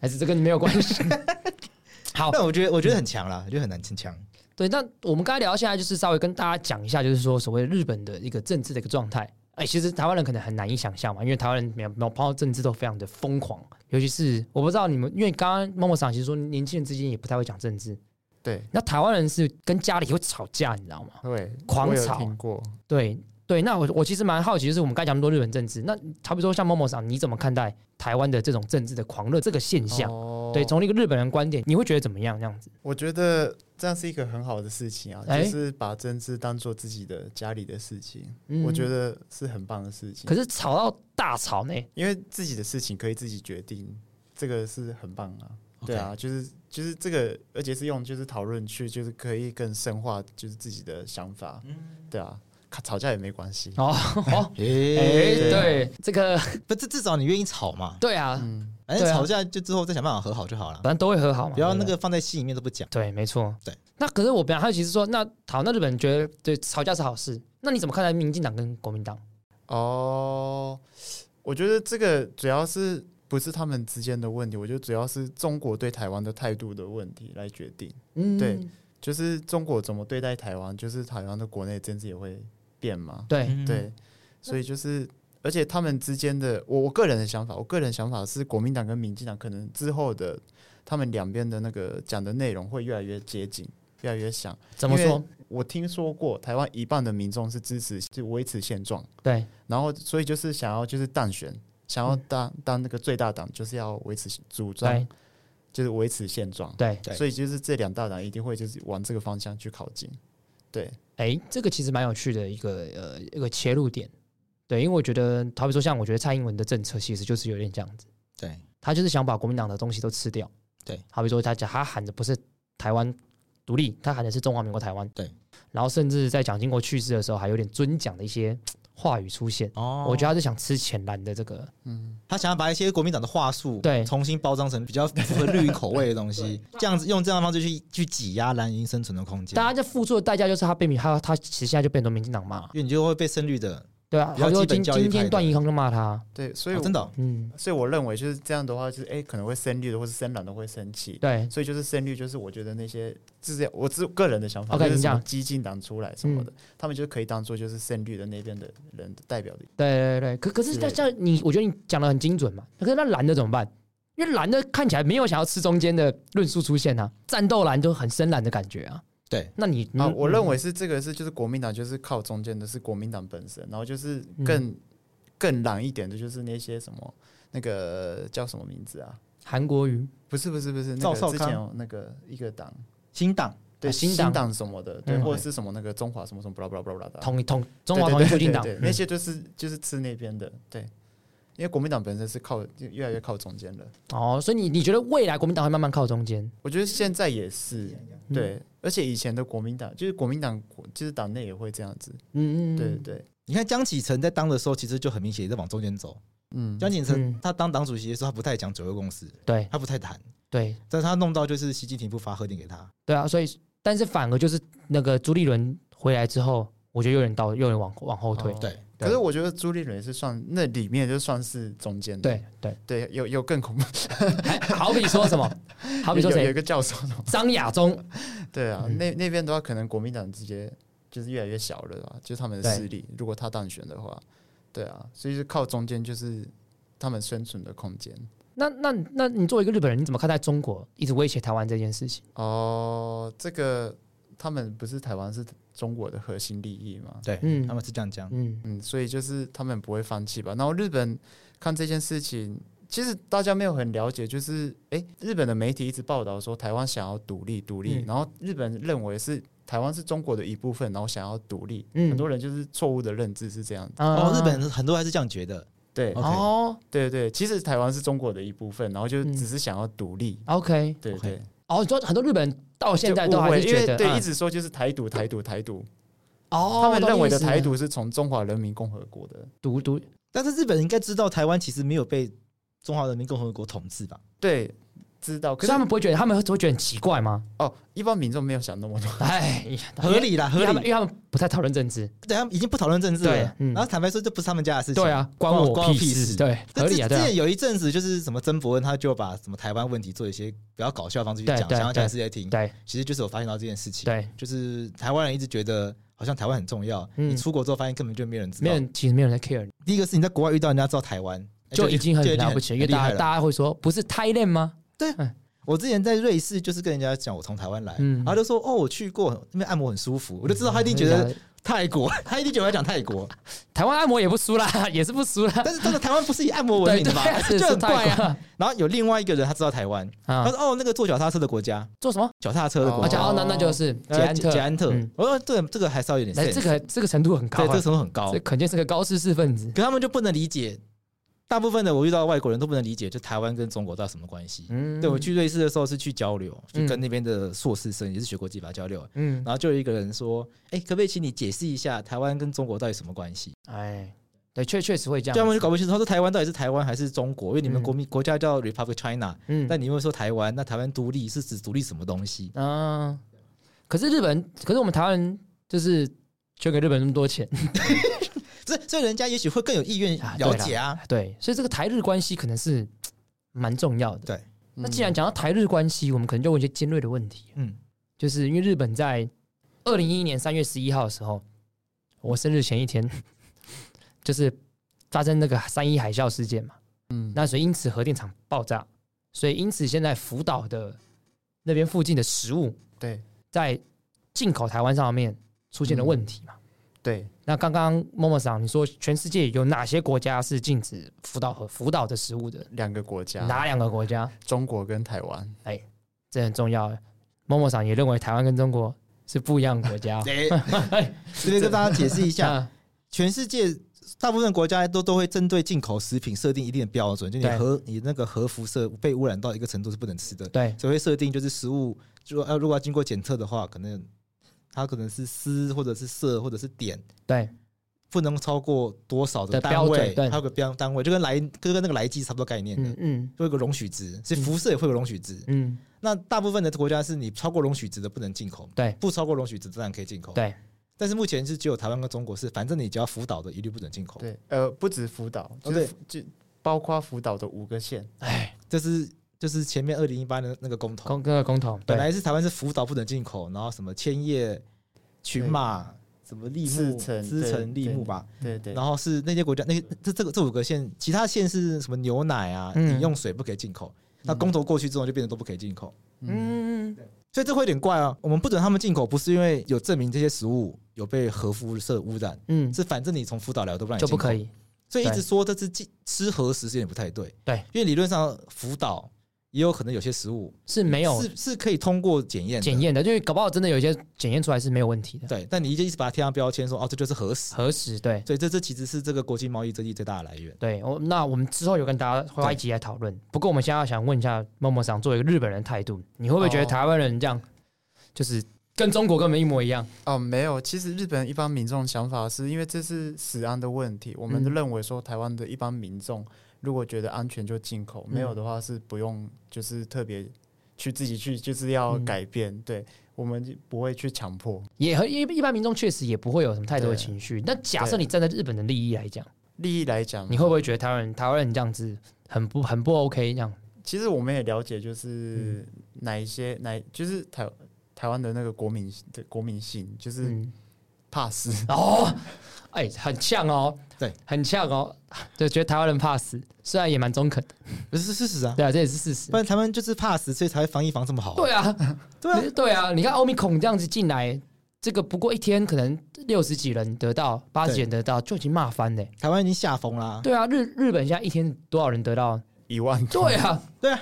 Speaker 2: 还是这跟你没有关系？好，
Speaker 3: 但我觉得我觉得很强啦，我觉得很难很强。
Speaker 2: 对，那我们刚才聊现在就是稍微跟大家讲一下，就是说所谓日本的一个政治的一个状态。哎，其实台湾人可能很难以想象嘛，因为台湾人每每碰到政治都非常的疯狂，尤其是我不知道你们，因为刚刚默默上其实说年轻人之间也不太会讲政治，
Speaker 4: 对，
Speaker 2: 那台湾人是跟家里会吵架，你知道吗？
Speaker 4: 会
Speaker 2: 狂啊
Speaker 4: 我有
Speaker 2: 吵
Speaker 4: 听过。哦
Speaker 2: 对对，那我我其实蛮好奇，就是我们刚才讲那么多日本政治，那差不多像默默上，你怎么看待台湾的这种政治的狂热这个现象？
Speaker 4: 哦
Speaker 2: 对，从一个日本人观点，你会觉得怎么样？这样子，
Speaker 4: 我觉得这样是一个很好的事情啊，
Speaker 2: 哎
Speaker 4: 就是把政治当做自己的家里的事情，
Speaker 2: 嗯
Speaker 4: 我觉。得是很棒的事情。
Speaker 2: 可是吵到大吵呢？
Speaker 4: 因为自己的事情可以自己决定，这个是很棒啊。对啊，就是就是这个，而且是用就是讨论去，就是可以更深化就是自己的想法。对啊，吵吵架也没关系。
Speaker 2: 哦，哦，哎、
Speaker 3: 诶，
Speaker 2: 对，这个 (laughs)
Speaker 3: 不，至至少你愿意吵嘛，
Speaker 2: 对啊，
Speaker 4: 嗯，
Speaker 3: 反正
Speaker 2: 对啊啊
Speaker 3: 吵架就之后再想办法和好就好了
Speaker 2: 反，正都会和好嘛，
Speaker 3: 不要那
Speaker 2: 对
Speaker 3: 个放在心里面都不讲。
Speaker 2: 对，没错，
Speaker 3: 对。
Speaker 2: 那可是我本来好奇是说，那好，那日本人觉得对吵架是好事，那你怎么看待民进党跟国民党？
Speaker 4: 哦，我觉得这个主要是不是他们之间的问题，我觉得主要是中国对台湾的态度的问题来决定。
Speaker 2: 嗯，
Speaker 4: 对就是中国怎么对待台湾，就是台湾的国内政治也会变嘛。
Speaker 2: 对，
Speaker 3: 嗯，
Speaker 4: 对，所以就是，而且他们之间的，我我个人的想法，我个人想法是，国民党跟民进党可能之后的，他们两边的那个讲的内容会越来越接近，越来越像。
Speaker 2: 怎么
Speaker 4: 因
Speaker 2: 说
Speaker 4: 为？我听说过，台湾一半的民众是支持就维持现状，
Speaker 2: 对，
Speaker 4: 然后所以就是想要就是当选，想要
Speaker 2: 嗯
Speaker 4: 当、当那个最大党，就是要维持主张
Speaker 2: 对，，
Speaker 4: 就是维持现状。
Speaker 2: 对，
Speaker 3: 对
Speaker 4: 所以就是这两大党一定会就是往这个方向去靠近。对，
Speaker 2: 哎，这个其实蛮有趣的一个呃一个切入点，对，因为我觉得，好比说像我觉得蔡英文的政策其实就是有点这样子，
Speaker 3: 对，
Speaker 2: 他就是想把国民党的东西都吃掉，
Speaker 3: 对，
Speaker 2: 好比说他讲他喊的不是台湾独立，他喊的是中华民国台湾，
Speaker 3: 对，
Speaker 2: 然后甚至在蒋经国去世的时候还有点尊蒋的一些话语出现，
Speaker 3: 哦
Speaker 2: 我觉得他是想吃浅蓝的这个，
Speaker 4: 嗯，
Speaker 3: 他想要把一些国民党的话术
Speaker 2: 对
Speaker 3: 重新包装成比较符合绿营口味的东西，这样子用这样的方式去去挤压蓝营生存的空间
Speaker 2: 大，家这付出的代价就是他被民他他其实现在就被很多民进党骂，
Speaker 3: 因为你就会被深绿的
Speaker 2: 对啊，
Speaker 3: 比较
Speaker 2: 好多
Speaker 3: 基本
Speaker 2: 今
Speaker 3: 教育
Speaker 2: 今
Speaker 3: 派
Speaker 2: 天
Speaker 3: 的
Speaker 2: 段奕宏就骂他，
Speaker 4: 对，所以
Speaker 3: 哦
Speaker 4: 我、
Speaker 3: 真的哦
Speaker 2: 嗯，
Speaker 4: 所以我认为就是这样的话，就是哎、可能会深绿的或是深蓝的会生气。
Speaker 2: 对，
Speaker 4: 所以就是深绿，就是我觉得那些就是我自个人的想法
Speaker 2: OK，
Speaker 4: 就是
Speaker 2: 你
Speaker 4: 什么
Speaker 2: 讲嗯
Speaker 4: 激进党出来什么的，他们就可以当做就是深绿的那边的人的代表的。
Speaker 2: 对对对，可可是
Speaker 4: 之
Speaker 2: 那
Speaker 4: 类的
Speaker 2: 像你，我觉得你讲的很精准嘛。可是那蓝的怎么办？因为蓝的看起来没有想要吃中间的论述出现啊，战斗蓝就很深蓝的感觉啊。
Speaker 3: 对，
Speaker 2: 那你
Speaker 4: 啊，我认，
Speaker 2: 你
Speaker 4: 为是这个是就是国民党就是靠中间的是国民党本身，然后就是
Speaker 2: 嗯
Speaker 4: 更、更朗一点的就是那些什么那个叫什么名字啊？
Speaker 2: 韩国瑜
Speaker 4: 不是不是不是，那
Speaker 3: 赵少
Speaker 4: 个之
Speaker 3: 康
Speaker 4: 前有那个一个党。
Speaker 3: 新党
Speaker 4: 对
Speaker 2: 啊新
Speaker 4: 新
Speaker 2: 党
Speaker 4: 党什么的，对，
Speaker 2: 嗯
Speaker 4: 或者是什么那个中华什么什么，巴拉巴拉巴拉巴拉的，
Speaker 2: 统一统中
Speaker 4: 啊对
Speaker 2: 华统
Speaker 4: 对
Speaker 2: 一
Speaker 4: 对
Speaker 2: 促进
Speaker 4: 对
Speaker 2: 党嗯
Speaker 4: 对，那些就是就是吃那边的，对，因为国民党本身是靠就越来越靠中间了，
Speaker 2: 哦，所以你你觉得未来国民党会慢慢靠中间？
Speaker 4: 我觉得现在也是
Speaker 2: 嗯
Speaker 4: 对，而且以前的国民党就是国民党就是党内也会这样子，
Speaker 2: 嗯嗯，嗯
Speaker 4: 对对，对，
Speaker 3: 你看江启臣在当的时候，其实就很明显也在往中间走。
Speaker 4: 嗯，
Speaker 3: 江启
Speaker 2: 嗯
Speaker 3: 臣他当党主席的时候，他不太讲九二共识，
Speaker 2: 对
Speaker 3: 他不太谈，
Speaker 2: 对
Speaker 3: 但是他弄到就是习近平不发核点给他，
Speaker 2: 对啊，所以但是反而就是那个朱立伦回来之后，我觉得有点倒，有点往往后退
Speaker 4: 哦。
Speaker 3: 对，
Speaker 4: 可是我觉得朱立伦也是算那里面就算是中间的，
Speaker 2: 对对，
Speaker 4: 对，有有更恐怖，
Speaker 2: 好比说什么？好比说
Speaker 4: 有有一
Speaker 2: 谁？
Speaker 4: 个教授什么，
Speaker 2: 张亚中
Speaker 4: 对啊，
Speaker 2: 嗯
Speaker 4: 那那边的话可能国民党直接就是越来越小了吧，就是他们的
Speaker 2: 对
Speaker 4: 势力，如果他当选的话，对啊，所以是靠中间就是他们生存的空间。
Speaker 2: 那那那你作为一个日本人，你怎么看待中国一直威胁台湾这件事情？
Speaker 4: 哦，这个他们不是台湾是中国的核心利益吗？
Speaker 3: 对，
Speaker 2: 嗯
Speaker 3: 他们是这样讲，
Speaker 2: 嗯，
Speaker 4: 嗯，所以就是他们不会放弃吧。然后日本看这件事情，其实大家没有很了解，就是诶，日本的媒体一直报道说台湾想要独立，独立，
Speaker 2: 嗯
Speaker 4: 然后日本认为是台湾是中国的一部分，然后想要独立，
Speaker 2: 嗯
Speaker 4: 很多人就是错误的认知是这样子。
Speaker 2: 啊
Speaker 3: 哦，日本人很多还是这样觉得，
Speaker 4: 对，
Speaker 3: OK
Speaker 2: 哦
Speaker 4: 对对，其实台湾是中国的一部分，然后就
Speaker 2: 嗯
Speaker 4: 只是想要独立。
Speaker 2: ，OK，
Speaker 4: 对
Speaker 3: OK
Speaker 4: 对，
Speaker 2: 哦，你说很多日本人到现在
Speaker 4: 就
Speaker 2: 都
Speaker 4: 误
Speaker 2: 还
Speaker 4: 会
Speaker 2: 是
Speaker 4: 因
Speaker 2: 觉
Speaker 4: 为
Speaker 2: 得
Speaker 4: 对，
Speaker 2: 啊
Speaker 4: 一直说就是台独，台独，台独。
Speaker 2: 哦，
Speaker 4: 他们认为的
Speaker 2: 我懂意思
Speaker 4: 台独是从中华人民共和国的。
Speaker 2: 独独
Speaker 3: 但是日本人应该知道台湾其实没有被中华人民共和国统治吧？
Speaker 4: 对，知道，可
Speaker 2: 可是
Speaker 4: 是
Speaker 2: 他们不会觉得，他们会觉得很奇怪吗？
Speaker 4: 哦，一般民众没有想那么多。
Speaker 2: 哎，
Speaker 3: 合理啦，
Speaker 2: 因
Speaker 3: 合
Speaker 2: 为他们，
Speaker 3: 理。
Speaker 2: 因为他们不太讨论政治。
Speaker 3: 对他们已经不讨论政治
Speaker 2: 对
Speaker 3: 了，
Speaker 2: 嗯
Speaker 3: 然后坦白说，这不是他们家的事情。
Speaker 2: 对啊，关
Speaker 3: 关我
Speaker 2: 我
Speaker 3: 关我
Speaker 2: 屁
Speaker 3: 屁
Speaker 2: 事。
Speaker 3: 事
Speaker 2: 对，
Speaker 3: 这
Speaker 2: 合
Speaker 3: 之
Speaker 2: 理啊，对
Speaker 3: 之
Speaker 2: 啊
Speaker 3: 前有一阵子，就是什么曾伯恩，他就把什么台湾问题做一些比较搞笑的方式去
Speaker 2: 对
Speaker 3: 讲，
Speaker 2: 对
Speaker 3: 想要讲
Speaker 2: 对
Speaker 3: 世界听。
Speaker 2: 对
Speaker 3: 其实就是我发现到这件事情，
Speaker 2: 对，
Speaker 3: 就是台湾人一直觉得好像台湾很重要，
Speaker 2: 嗯
Speaker 3: 你出国之后发现根本就没有人知
Speaker 2: 没
Speaker 3: 道
Speaker 2: 有。人，其实没有人在 care，
Speaker 3: 第一个是你在国外遇到人家知道台湾，
Speaker 2: 就已经很
Speaker 3: 就已经
Speaker 2: 了不起了，因为
Speaker 3: 很厉
Speaker 2: 大
Speaker 3: 害
Speaker 2: 家
Speaker 3: 了。
Speaker 2: 大家会说，不是 Thailand 吗？
Speaker 3: 我之前在瑞士就是跟人家讲我从台湾来，
Speaker 2: 嗯
Speaker 3: 然后就说哦我去过那边按摩很舒服，我就知道他一定觉
Speaker 2: 嗯
Speaker 3: 得泰国， (laughs) 他一定觉得我在讲泰
Speaker 2: (laughs)
Speaker 3: 国，
Speaker 2: 啊台湾按摩也不输啦， (laughs) 也是不输啦。
Speaker 3: 但是真的台湾不是以按摩闻
Speaker 2: 对
Speaker 3: 名的
Speaker 2: 对
Speaker 3: 嘛 (laughs)
Speaker 2: 啊，，是
Speaker 3: 就是很怪
Speaker 2: 泰
Speaker 3: 啊。
Speaker 2: 国
Speaker 3: 然后有另外一个人他知道台湾，他
Speaker 2: 啊，
Speaker 3: 说哦那个坐脚踏车的国家，
Speaker 2: 做什么？
Speaker 3: 脚踏车的国
Speaker 2: 我
Speaker 4: 哦
Speaker 3: 家
Speaker 2: 讲，哦，那那就是捷
Speaker 3: 呃
Speaker 2: 安特，
Speaker 3: 捷安特
Speaker 2: 嗯，
Speaker 3: 我说这个这个还是要有点
Speaker 2: 哎，
Speaker 3: sense，
Speaker 2: 这个这个程度很高
Speaker 3: 对这
Speaker 2: 啊
Speaker 3: 个，程度很高
Speaker 2: 这，肯定是个高知识分子。
Speaker 3: 可他们就不能理解，大部分的我遇到的外国人都不能理解，就台湾跟中国到底什么关系？
Speaker 2: 嗯，
Speaker 3: 对我，去瑞士的时候是去交流，
Speaker 2: 嗯
Speaker 3: 就跟那边的硕士生也是学国际法交流，
Speaker 2: 嗯，
Speaker 3: 然后就有一个人说：“哎，可不可以请你解释一下台湾跟中国到底什么关系
Speaker 2: 哎，对，确确实会这？”样。
Speaker 3: 对他啊们就搞不清楚，他说台湾到底是台湾还是中国？因为你
Speaker 2: 嗯
Speaker 3: 们国民国家叫 Republic China，
Speaker 2: 嗯，
Speaker 3: 但你又说台湾，那台湾独立是指独立什么东西？
Speaker 2: 啊，可是日本，可是我们台湾人就是捐给日本那么多
Speaker 3: (laughs)
Speaker 2: 钱，
Speaker 3: 这所以人家也许会更有意愿
Speaker 2: 啊对
Speaker 3: 了
Speaker 2: 啦
Speaker 3: 解啊。
Speaker 2: 对，所以这个台日关系可能是蛮重要的。那既然
Speaker 4: 嗯
Speaker 2: 讲到台日关系，我们可能就问一些尖锐的问题，啊
Speaker 3: 嗯，。
Speaker 2: 就是因为日本在二零一一年三月十一号的时候，我生日前一天，就是发生那个三一海啸事件嘛，
Speaker 4: 嗯
Speaker 2: 那所以因此核电厂爆炸，所以因此现在福岛的那边附近的食物
Speaker 4: (laughs) 对
Speaker 2: 在进口台湾上面出现了问题嘛。
Speaker 4: 对
Speaker 2: 那刚刚默默桑，你说全世界有哪些国家是禁止福岛和福岛的食物的？
Speaker 4: 两个国家，
Speaker 2: 哪两个国家？
Speaker 4: 中国跟台湾，
Speaker 2: 这很重要。默默桑也认为台湾跟中国是不一样的国家哦
Speaker 3: (laughs)
Speaker 2: (laughs)
Speaker 3: 哎，这边跟大家解释一下，
Speaker 2: 啊
Speaker 3: (laughs) 全世界大部分国家都都会针对进口食品设定一定的标准，就你
Speaker 2: 对
Speaker 3: 核你那个核辐射被污染到一个程度是不能吃的，
Speaker 2: 对，
Speaker 3: 所以会设定就是食物，如果呃如果要经过检测的话，可能它可能是丝或者是色或者是点，
Speaker 2: 对，
Speaker 3: 不能超过多少
Speaker 2: 的
Speaker 3: 的单位
Speaker 2: 标准，对
Speaker 3: 它有个标单位，就跟来就跟那个来剂差不多概念的。
Speaker 2: 嗯嗯
Speaker 3: 会有个容许值，所以辐射也会有容许值。
Speaker 2: 嗯，
Speaker 3: 那大部分的国家是你超过容许值的不能进口，
Speaker 2: 对
Speaker 3: 不超过容许值当然可以进口。
Speaker 2: 对，
Speaker 3: 但是目前是只有台湾跟中国是，反正你只要福岛的一律不能进口。
Speaker 4: 对，呃，不止福
Speaker 2: 哦
Speaker 4: 岛，就
Speaker 3: 对
Speaker 4: 是就包括福岛的五个县，
Speaker 2: 哎，
Speaker 3: 这是就是前面二零一八年那个公投，
Speaker 2: 公那个公投，
Speaker 3: 本
Speaker 2: 对
Speaker 3: 来是台湾是福岛不能进口，然后什么千叶、群马、什么立木、
Speaker 4: 茨城
Speaker 3: 茨城、
Speaker 4: 对
Speaker 3: 立木吧，
Speaker 4: 对对
Speaker 3: 然后是那些国家，那些这这个这五个县，其他县是什么牛奶啊、
Speaker 2: 嗯
Speaker 3: 饮用水不可以进口。那公投过去之后，就变成都不可以进口，
Speaker 4: 嗯，
Speaker 2: 嗯，
Speaker 3: 所以这会有点怪啊。我们不准他们进口，不是因为有证明这些食物有被核辐射污染，
Speaker 2: 嗯，
Speaker 3: 是反正你从福岛来都不让你
Speaker 2: 就不
Speaker 3: 进口
Speaker 2: 可。以。
Speaker 3: 所以一
Speaker 2: 对
Speaker 3: 直说这是进吃核食是有点不太对，
Speaker 2: 对，
Speaker 3: 因为理论上福岛也有可能有些食物
Speaker 2: 是没有
Speaker 3: 是是可以通过检验的
Speaker 2: 检验的，就是搞不好真的有一些检验出来是没有问题的，
Speaker 3: 对，但你一直一直把它贴上标签说哦这就是核实，
Speaker 2: 核实对。
Speaker 3: 所以这这其实是这个国际贸易争议最大的来源。
Speaker 2: 对，我那我们之后有跟大家会一集来讨论。不过我们现在想问一下，默默想作为一个日本人态度，你会不会觉得
Speaker 4: 哦
Speaker 2: 台湾人这样，就是跟中国根本一模一样？
Speaker 4: 哦，没有，其实日本一般民众想法是因为这是食安的问题，我们
Speaker 2: 嗯
Speaker 4: 认为说台湾的一般民众如果觉得安全就进口，
Speaker 2: 嗯
Speaker 4: 没有的话是不用，就是特别去自己去就是要
Speaker 2: 嗯
Speaker 4: 改变，对我们就不会去强迫。
Speaker 2: 也和一一般民众确实也不会有什么太多的
Speaker 4: 对嗯
Speaker 2: 情绪。那假设你站在日本的利益来讲，
Speaker 4: 利益来讲，
Speaker 2: 你会不会觉得台湾人台湾人这样子很不很不 OK 这样？
Speaker 4: 其实我们也了解，
Speaker 2: 嗯
Speaker 4: 就是哪一些哪就是台台湾的那个国民的国民性，就是
Speaker 2: 嗯，
Speaker 4: 怕死。 (laughs)
Speaker 2: 哦，哎、很呛哦，
Speaker 3: 对，
Speaker 2: 很呛哦， (laughs) 就觉得台湾人怕死，虽然也蛮中肯，
Speaker 3: 不是是事实啊，
Speaker 2: 对啊，这也是事实
Speaker 3: 不。然台湾就是怕死，所以才会防疫防这么好、
Speaker 2: 对啊，
Speaker 3: 对啊
Speaker 2: 你对啊，你看欧米孔这样子进来，这个不过一天可能六十几人得到，八十
Speaker 3: 对
Speaker 2: 几人得到就已经骂翻嘞。
Speaker 3: 台湾已经吓疯啦。
Speaker 2: 对啊，日日本现在一天多少人得到？
Speaker 4: 一
Speaker 2: (laughs)
Speaker 4: 万多
Speaker 2: 对啊，
Speaker 3: (laughs) 对啊，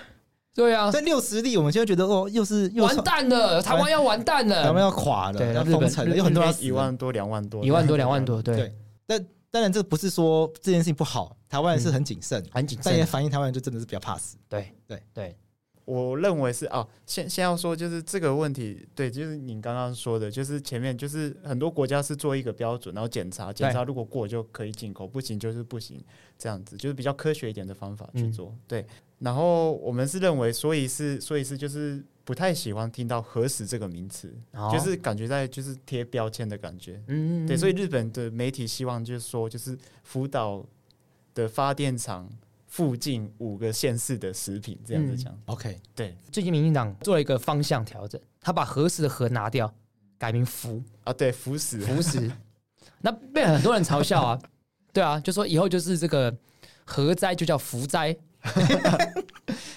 Speaker 2: 对啊，
Speaker 3: 在六十例，我们现在觉得哦，又是又
Speaker 2: 完蛋了，台湾要完蛋了，
Speaker 3: 台湾要垮
Speaker 2: 对
Speaker 3: 了，要封城
Speaker 2: 日
Speaker 3: 了，
Speaker 2: 本
Speaker 3: 有很多人要死
Speaker 4: 一
Speaker 3: 了。
Speaker 4: 万多两万多
Speaker 2: 一万多两万多，对
Speaker 3: 对，但当然这不是说这
Speaker 2: 嗯
Speaker 3: 件事情不好，台湾人是很谨慎，
Speaker 2: 很谨
Speaker 3: 但也
Speaker 2: 慎，
Speaker 3: 反映台湾人就真的是比较怕死。
Speaker 2: 对
Speaker 3: 对
Speaker 2: 对，
Speaker 4: 我认为是啊，先先要说就是这个问题，对，就是你刚刚说的，就是前面就是很多国家是做一个标准，然后检查检查如果过就可以进口，不行就是不行，这样子就是比较科学一点的方法去做。
Speaker 2: 嗯
Speaker 4: 对，然后我们是认为，所以是所以是就是不太喜欢听到核实这个名词，
Speaker 2: 哦
Speaker 4: 就是感觉在就是贴标签的感觉。
Speaker 2: 嗯，
Speaker 4: 对，所以
Speaker 2: 以
Speaker 4: 日本的媒体希望就是说，就是福岛的发电厂附近五个县市的食品这样子讲。
Speaker 3: OK，
Speaker 4: 对
Speaker 2: 最近民进党做了一个方向调整，他把核实的核拿掉，改名福
Speaker 4: 啊，对，福 (laughs) 死
Speaker 2: 福实，那被很多人嘲笑啊，对啊，就说以后就是这个核灾就叫福
Speaker 4: (laughs)
Speaker 2: 灾，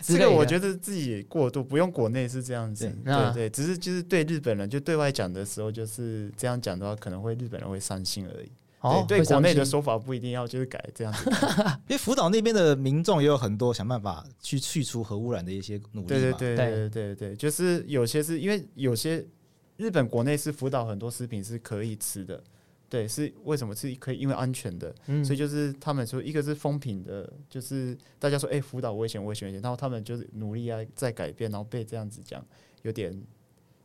Speaker 4: 这个
Speaker 2: 得
Speaker 4: 我觉得自己过度，不用国内是这样子，
Speaker 3: 对
Speaker 2: 那
Speaker 4: 对对，只是就是对日本人，就对外讲的时候就是这样讲的话，可能会日本人会伤心而已。
Speaker 2: 哦，
Speaker 4: 对，对国内的
Speaker 2: 说
Speaker 4: 说法不一定要就是改这样子。
Speaker 3: 因为福岛那边的民众也有很多想办法去去除核污染的一些努力嘛。
Speaker 4: 对对
Speaker 2: 对
Speaker 4: 对对对对对，就是有些是因为有些日本国内是福岛很多食品是可以吃的，对，是为什么是可以因为安全的，
Speaker 2: 嗯
Speaker 4: 所以就是他们说一个是风评的，就是大家说哎、福岛危险危险危险，然后他们就是努力啊在改变，然后被这样子讲有点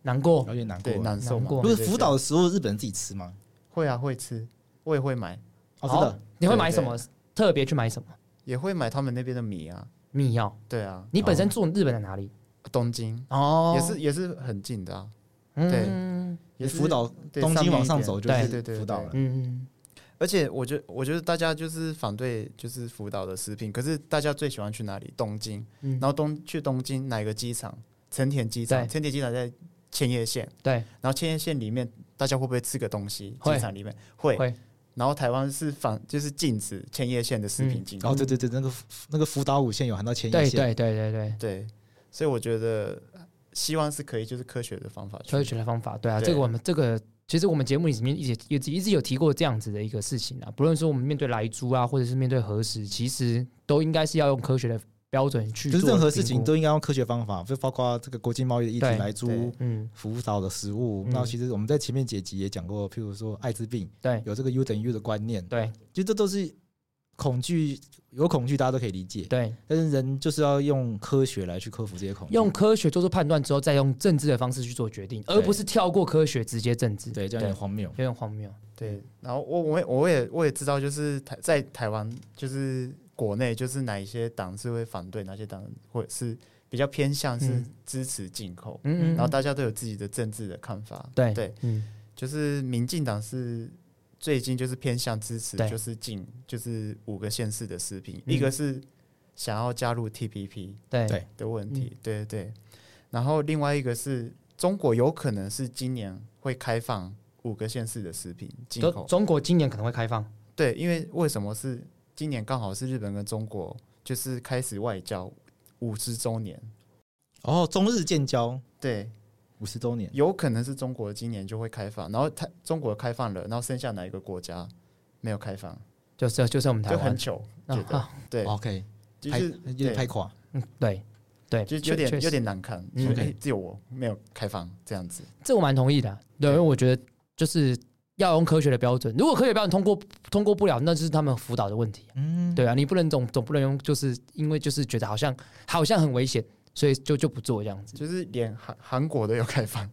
Speaker 2: 难过
Speaker 3: 有点难过
Speaker 4: 对。难受嘛
Speaker 2: 难。过
Speaker 3: 如
Speaker 4: 对
Speaker 3: 果
Speaker 4: 对
Speaker 3: 福岛的食物，日本人自己吃吗？
Speaker 4: 对会啊会吃，我也会买，
Speaker 3: 哦，真
Speaker 2: 好
Speaker 3: 的，
Speaker 2: 你会买什么？特别去买什么
Speaker 4: 也会买他们那边的米啊，
Speaker 2: 密钥？
Speaker 4: 对啊，
Speaker 2: 你本身住日本的哪里？
Speaker 4: 东京
Speaker 2: 哦，
Speaker 4: 也是也是很近的啊，对
Speaker 2: 嗯
Speaker 4: 也是
Speaker 3: 福岛
Speaker 4: 对
Speaker 3: 东
Speaker 4: 上
Speaker 3: 京
Speaker 4: 面
Speaker 3: 往
Speaker 4: 一
Speaker 3: 上
Speaker 4: 点
Speaker 3: 走就
Speaker 2: 对
Speaker 3: 是
Speaker 4: 对对
Speaker 3: 福岛了。
Speaker 2: 嗯，
Speaker 4: 而且我觉得，我觉得大家就是反对就是福岛的食品，可是大家最喜欢去哪里？东京，
Speaker 2: 嗯
Speaker 4: 然后东去东京哪个机场？成田机
Speaker 2: 对
Speaker 4: 场，成田机场在千叶县，
Speaker 2: 对，
Speaker 4: 然后千叶县里面大家会不会吃个东西？
Speaker 2: 会
Speaker 4: 机场里面会。
Speaker 2: 会
Speaker 4: 然后台湾是反就是禁止千叶县的食品
Speaker 2: 嗯
Speaker 4: 进口，
Speaker 3: 哦，对对对，那个福那个福岛五线有含到千叶
Speaker 2: 对
Speaker 3: 县，
Speaker 2: 对对对对，
Speaker 4: 对，所以我觉得希望是可以就是科学的方法去
Speaker 2: 科学的方法，对啊，
Speaker 4: 对
Speaker 2: 这个我们这个其实我们节目里面一直一直一直有提过这样子的一个事情啊，不论说我们面对来猪啊，或者是面对核实，其实都应该是要用科学的标准去
Speaker 3: 就是
Speaker 2: 做
Speaker 3: 任何
Speaker 2: 评
Speaker 3: 事情
Speaker 2: 估
Speaker 3: 都应该用科学方法，就包括这个国际贸易的议题
Speaker 2: 对
Speaker 3: 来租
Speaker 4: 对
Speaker 2: 嗯
Speaker 3: 福岛的食物。
Speaker 2: 嗯
Speaker 3: 那其实我们在前面几集也讲过，譬如说艾滋病
Speaker 2: 对
Speaker 3: 有这个 U 等于 U 的观念，
Speaker 2: 对
Speaker 3: 其实这都是恐惧，有恐惧大家都可以理解，
Speaker 4: 嗯
Speaker 2: 对，
Speaker 3: 但是人就是要用科学来去克服这些恐惧，
Speaker 2: 用科学做出判断之后，再用政治的方式去做决定，而不是跳过科学直接政治，
Speaker 3: 对，这样有点荒谬
Speaker 2: 有。点荒谬，
Speaker 4: 对，然后我我也我也我也知道，就是台在台湾就是国内就是哪一些党是会反对，哪些党或者是比较偏向是
Speaker 2: 嗯
Speaker 4: 支持进口，
Speaker 2: 嗯嗯，
Speaker 4: 然后大家都有自己的政治的看法。
Speaker 2: 对
Speaker 4: 对，
Speaker 2: 嗯
Speaker 4: 就是民进党是最近就是偏向支持
Speaker 2: 对
Speaker 4: 就是进就是五个县市的食品，
Speaker 2: 嗯
Speaker 4: 一个是想要加入 TPP
Speaker 2: 对
Speaker 3: 对
Speaker 4: 的问
Speaker 2: 嗯
Speaker 4: 题，对对对，然后另外一个是中国有可能是今年会开放五个县市的食品进
Speaker 2: 中
Speaker 4: 口。
Speaker 2: 中国今年可能会开放，
Speaker 4: 对，因为为什么是今年刚好是日本跟中国就是开始外交五十周年，
Speaker 3: 哦，中日建交
Speaker 4: 对，
Speaker 3: 五十周年，
Speaker 4: 有可能是中国今年就会开放，然后它中国开放了，然后剩下哪一个国家没有开放，
Speaker 2: 就是就是我们台
Speaker 4: 就很
Speaker 2: 湾，
Speaker 4: 糗，
Speaker 2: 啊
Speaker 4: 觉得
Speaker 2: 啊
Speaker 4: 对，
Speaker 3: OK，
Speaker 4: (laughs) 就
Speaker 3: 拍
Speaker 4: 是
Speaker 3: 有点拍
Speaker 4: 对，
Speaker 3: 垮，
Speaker 2: 嗯对对，
Speaker 4: 就
Speaker 2: 确确
Speaker 4: 有点
Speaker 2: 实
Speaker 4: 有点难看，
Speaker 2: 嗯
Speaker 4: 就是
Speaker 3: OK
Speaker 4: 哎只有我没有开放这样子，
Speaker 2: 这我蛮同意的啊、对，因为
Speaker 4: 对
Speaker 2: 我觉得就是要用科学的标准，如果科学标准通过通过不了，那就是他们辅导的问题，
Speaker 3: 嗯，
Speaker 2: 对啊，你不能总总不能用，就是因为就是觉得好像好像很危险，所以就就不做这样子，
Speaker 4: 就是 (laughs) 连韩韩国都有开放，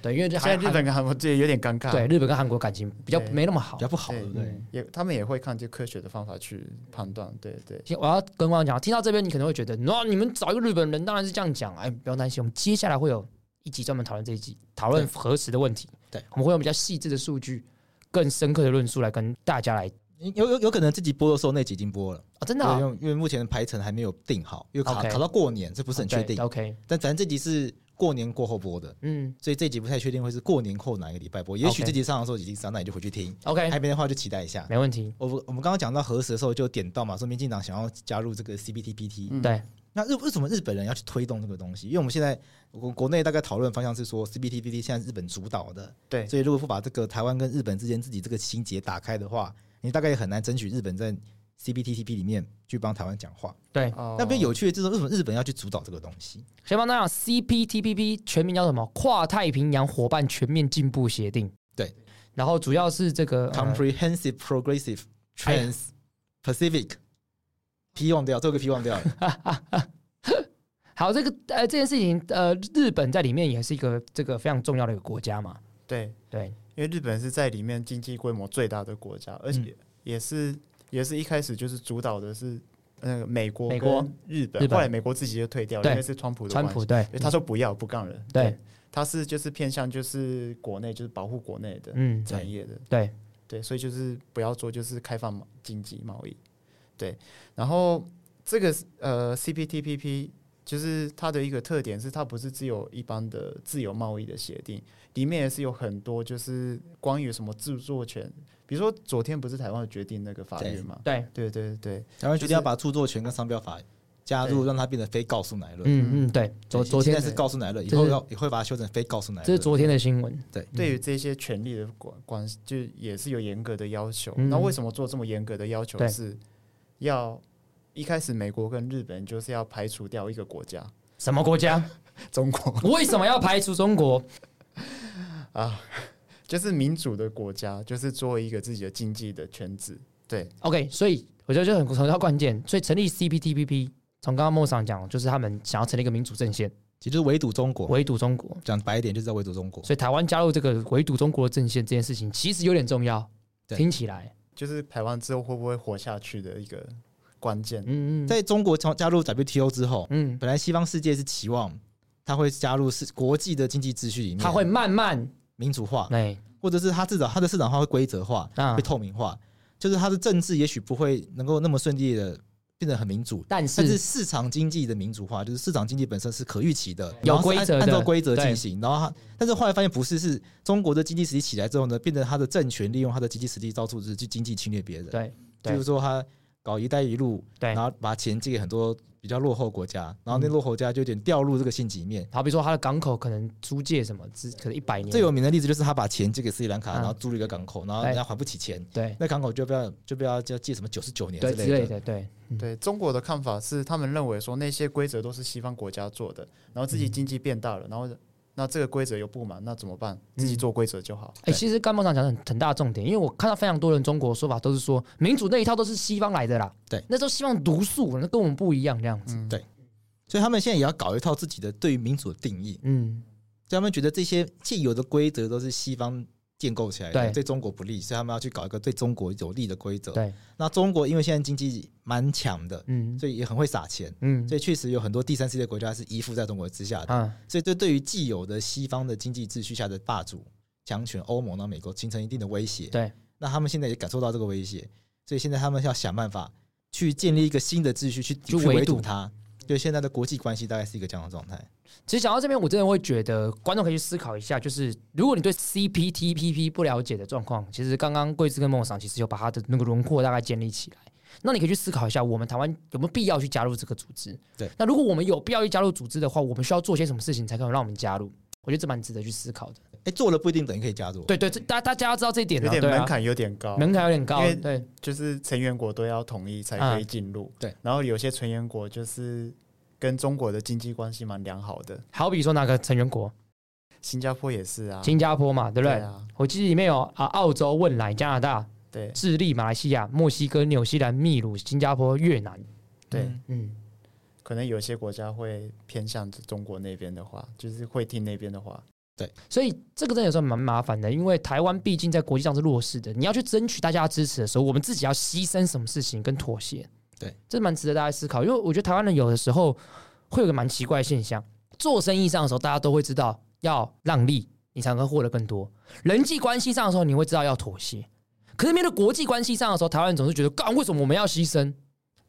Speaker 2: 对，因为这
Speaker 4: (laughs) 现在
Speaker 2: 韩
Speaker 4: 日本跟韩国这有点尴尬，
Speaker 2: 韩对日本跟韩国感情比较
Speaker 4: 对
Speaker 2: 没那么好
Speaker 3: 比较。不好，
Speaker 4: 对
Speaker 3: 对不对？
Speaker 4: 也他们也会看就科学的方法去判断，对对。
Speaker 2: 听我要跟观众讲，听到这边你可能会觉得，那你们找一个日本人当然是这样讲，哎，不用担心，我们接下来会有一集专门讨论这一集，讨论核实的问题，
Speaker 3: 对，
Speaker 2: 我们会用比较细致的数据、更深刻的论述来跟大家来
Speaker 3: 有有有可能自己播的时候那集已经播了，
Speaker 2: 啊，真的
Speaker 3: 对，
Speaker 2: 啊、
Speaker 3: 因为因为目前的排程还没有定好，因为卡
Speaker 2: OK 哦
Speaker 3: 卡到过年，这不是很确定
Speaker 2: 对。，OK，
Speaker 3: 但咱这集是过年过后播的，
Speaker 2: 嗯。
Speaker 3: 所以这集不太确定会是过年后哪一个礼拜播。也
Speaker 2: OK
Speaker 3: 许
Speaker 2: 哎
Speaker 3: 这集上的时候已经上，那你就回去听；
Speaker 2: OK，
Speaker 3: 还没的话就期待一下。
Speaker 2: 没问题。
Speaker 3: 我我们刚刚讲到核实的时候就有点到嘛，说民进党想要加入这个 CPTPT，、
Speaker 4: 嗯
Speaker 2: 对，
Speaker 3: 那日为什么日本人要去推动这个东西？因为我们现在国国内大概讨论方向是说 CPTPT 现在是日本主导的，
Speaker 4: 对
Speaker 3: 所以如果不把这个台湾跟日本之间自己这个心结打开的话，你大概也很难争取日本在 CPTPP 里面去帮台湾讲话。
Speaker 2: 对，
Speaker 4: 哦
Speaker 3: 那比较有趣的就是为什么日本要去主导这个东西？
Speaker 2: 先帮大家讲 CPTPP 全名叫什么？跨太平洋伙伴全面进步协定。
Speaker 3: 对，
Speaker 2: 然后主要是这个、呃
Speaker 3: Comprehensive Progressive
Speaker 2: (laughs)
Speaker 3: Trans Pacific，P 忘掉，这个 P 忘掉了。
Speaker 2: 好，这个呃这件事情，呃，日本在里面也是一个这个非常重要的一个国家嘛，
Speaker 4: 对，
Speaker 2: 对，
Speaker 4: 因为日本是在里面经济规模最大的国家，而
Speaker 2: 嗯
Speaker 4: 且也是、也是一开始就是主导的是那个美国、
Speaker 2: 美国、
Speaker 4: 日
Speaker 2: 日
Speaker 4: 本，
Speaker 2: 本
Speaker 4: 后来美国自己就退掉了，
Speaker 2: 对
Speaker 4: 因为是川普的
Speaker 2: 川
Speaker 4: 关系
Speaker 2: 普对
Speaker 4: 因，为他说不要不干了，
Speaker 2: 对，
Speaker 4: 他是就是偏向就是国内就是保护国内的
Speaker 2: 嗯，
Speaker 4: 产业的，
Speaker 2: 对，
Speaker 4: 对，所以就是不要做就是开放贸经济贸易，对，然后这个呃 CPTPP 就是它的一个特点是它不是只有一般的自由贸易的协定，里面也是有很多就是关于什么著作权，比如说昨天不是台湾有决定那个法律嘛，
Speaker 2: 对，
Speaker 4: 对对对
Speaker 3: 台湾决定要把著作权跟商标法加入，让它变成非告诉乃论。
Speaker 2: 嗯嗯，对，昨
Speaker 3: 对
Speaker 2: 昨
Speaker 3: 现
Speaker 2: 天
Speaker 3: 在是告诉乃论，以
Speaker 2: 这
Speaker 3: 后
Speaker 2: 是
Speaker 3: 要也会把它修成非告诉乃论。
Speaker 2: 这是昨天的新闻，
Speaker 4: 对于这些权利的管管，就也是有严格的要求。
Speaker 2: 嗯
Speaker 4: 那为什么做这么严格的要求
Speaker 2: 对？
Speaker 4: 是要一开始美国跟日本就是要排除掉一个国家，
Speaker 2: 什么国家？
Speaker 4: 中国
Speaker 2: 为什么要排除中国？
Speaker 4: 啊，就是民主的国家，就是做一个自己的经济的圈子。对
Speaker 2: OK，所以我觉得就很很到关键，所以成立 CPTPP，从刚刚莫桑讲，就是他们想要成立一个民主阵线，
Speaker 3: 其实围堵中国，
Speaker 2: 围堵中国，
Speaker 3: 讲白一点就是在围堵中国。
Speaker 2: 所以台湾加入这个围堵中国的阵线这件事情，其实有点重要，
Speaker 3: 对
Speaker 2: 听起来，
Speaker 4: 就是台湾之后会不会活下去的一个关键。
Speaker 2: 嗯嗯，
Speaker 3: 在中国从加入 WTO 之后，
Speaker 2: 嗯，
Speaker 3: 本来西方世界是期望它会加入是国际的经济秩序里面，
Speaker 2: 他会慢慢，
Speaker 3: 民主化，
Speaker 2: 哎，
Speaker 3: 或者是它至少它的市场化会规则化、
Speaker 2: 啊
Speaker 3: 会，透明化，就是它的政治也许不会能够那么顺利的变得很民主。
Speaker 2: 但
Speaker 3: 但是
Speaker 2: 是
Speaker 3: 市场经济的民主化，就是市场经济本身是可预期的，
Speaker 2: 嗯有
Speaker 3: 然后是
Speaker 2: 规则
Speaker 3: 按
Speaker 2: 的
Speaker 3: 按照规则
Speaker 2: 对
Speaker 3: 进行。然后它，但是后来发现不是，是中国的经济实力起来之后呢，变成他的政权利用他的经济实力到处是去经济侵略别人。
Speaker 2: 对
Speaker 3: 比如说他搞“一带一路”，
Speaker 2: 对嗯
Speaker 3: 然，后把钱借给很多比较落后国家，然后那落后国家就有点掉入这个陷阱里面。
Speaker 2: 好比说他的港口可能租借什么，只可能一百年，
Speaker 3: 最有名的例子就是他把钱借给斯里兰卡，
Speaker 2: 嗯
Speaker 3: 然后租了一个港口，然后人家还不起钱，
Speaker 2: 对
Speaker 3: 那港口就不要就不要就要借什么九十九年之
Speaker 2: 对之类
Speaker 3: 类的。
Speaker 2: 的，对哎
Speaker 4: 对中国的看法是，他们认为说那些规则都是西方国家做的，然后自己经济变大了，然后那这个规则又不满，那怎么办？自己做规则就好。
Speaker 2: 哎、其实甘茂长讲的很很大的重点，因为我看到非常多人中国的说法都是说民主那一套都是西方来的啦，
Speaker 3: 对
Speaker 2: 那时候西方独树，那跟我们不一样这样子，
Speaker 4: 嗯
Speaker 3: 对所以他们现在也要搞一套自己的对于民主的定义，
Speaker 2: 嗯，
Speaker 3: 所以他们觉得这些既有的规则都是西方建构起来的，
Speaker 2: 对
Speaker 3: 对中国不利，所以他们要去搞一个对中国有利的规则。
Speaker 2: 嗯对，
Speaker 3: 那中国因为现在经济蛮强的，
Speaker 2: 嗯
Speaker 3: 所以也很会撒钱，
Speaker 2: 嗯
Speaker 3: 所以确实有很多第三世界国家是依附在中国之下的。
Speaker 2: 啊，
Speaker 3: 所以这对于既有的西方的经济秩序下的霸主强权欧盟到美国形成一定的威胁。
Speaker 2: 对，
Speaker 3: 那他们现在也感受到这个威胁，所以现在他们要想办法去建立一个新的秩序去
Speaker 2: 去
Speaker 3: 去
Speaker 2: 围
Speaker 3: 围
Speaker 2: 堵
Speaker 3: 堵它。就现在的国际关系大概是一个这样的状态。
Speaker 2: 其实讲到这边，我真的会觉得观众可以去思考一下，就是如果你对 CPTPP 不了解的状况，其实刚刚贵司跟梦想其实有把它的那个轮廓大概建立起来。那你可以去思考一下，我们台湾有没有必要去加入这个组织？
Speaker 3: 对。
Speaker 2: 那如果我们有必要去加入组织的话，我们需要做些什么事情才可以让我们加入？我觉得这蛮值得去思考的。
Speaker 3: 哎，做了不一定等于可以加入。，啊
Speaker 2: 对对，这大大家要知道这一点、啊，
Speaker 4: 有点
Speaker 2: 对啊
Speaker 4: 门槛有点高，
Speaker 2: 门槛有点高
Speaker 4: 因，为
Speaker 2: 对
Speaker 4: 就是成员国都要同意才可以进入、
Speaker 3: 对，
Speaker 4: 然后有些成员国就是跟中国的经济关系蛮良好的，
Speaker 2: 好比说哪个成员国，
Speaker 4: 新加坡也是啊，
Speaker 2: 新加坡嘛，对不对？
Speaker 4: 啊，
Speaker 2: 我记得里面有啊，澳洲、汶莱、加拿大、
Speaker 4: 对
Speaker 2: 智利、马来西亚、墨西哥、纽西兰、秘鲁、新加坡、越南，
Speaker 4: 对、
Speaker 3: 嗯
Speaker 2: 嗯，
Speaker 4: 可能有些国家会偏向中国那边的话，就是会听那边的话，
Speaker 2: 所以这个真的有时候蛮麻烦的，因为台湾毕竟在国际上是弱势的，你要去争取大家的支持的时候，我们自己要牺牲什么事情跟妥协，
Speaker 3: 对，
Speaker 2: 这蛮值得大家思考，因为我觉得台湾人有的时候会有个蛮奇怪的现象，做生意上的时候，大家都会知道要让利，你才能获得更多；人际关系上的时候，你会知道要妥协。可是面对国际关系上的时候，台湾人总是觉得，干为什么我们要牺牲？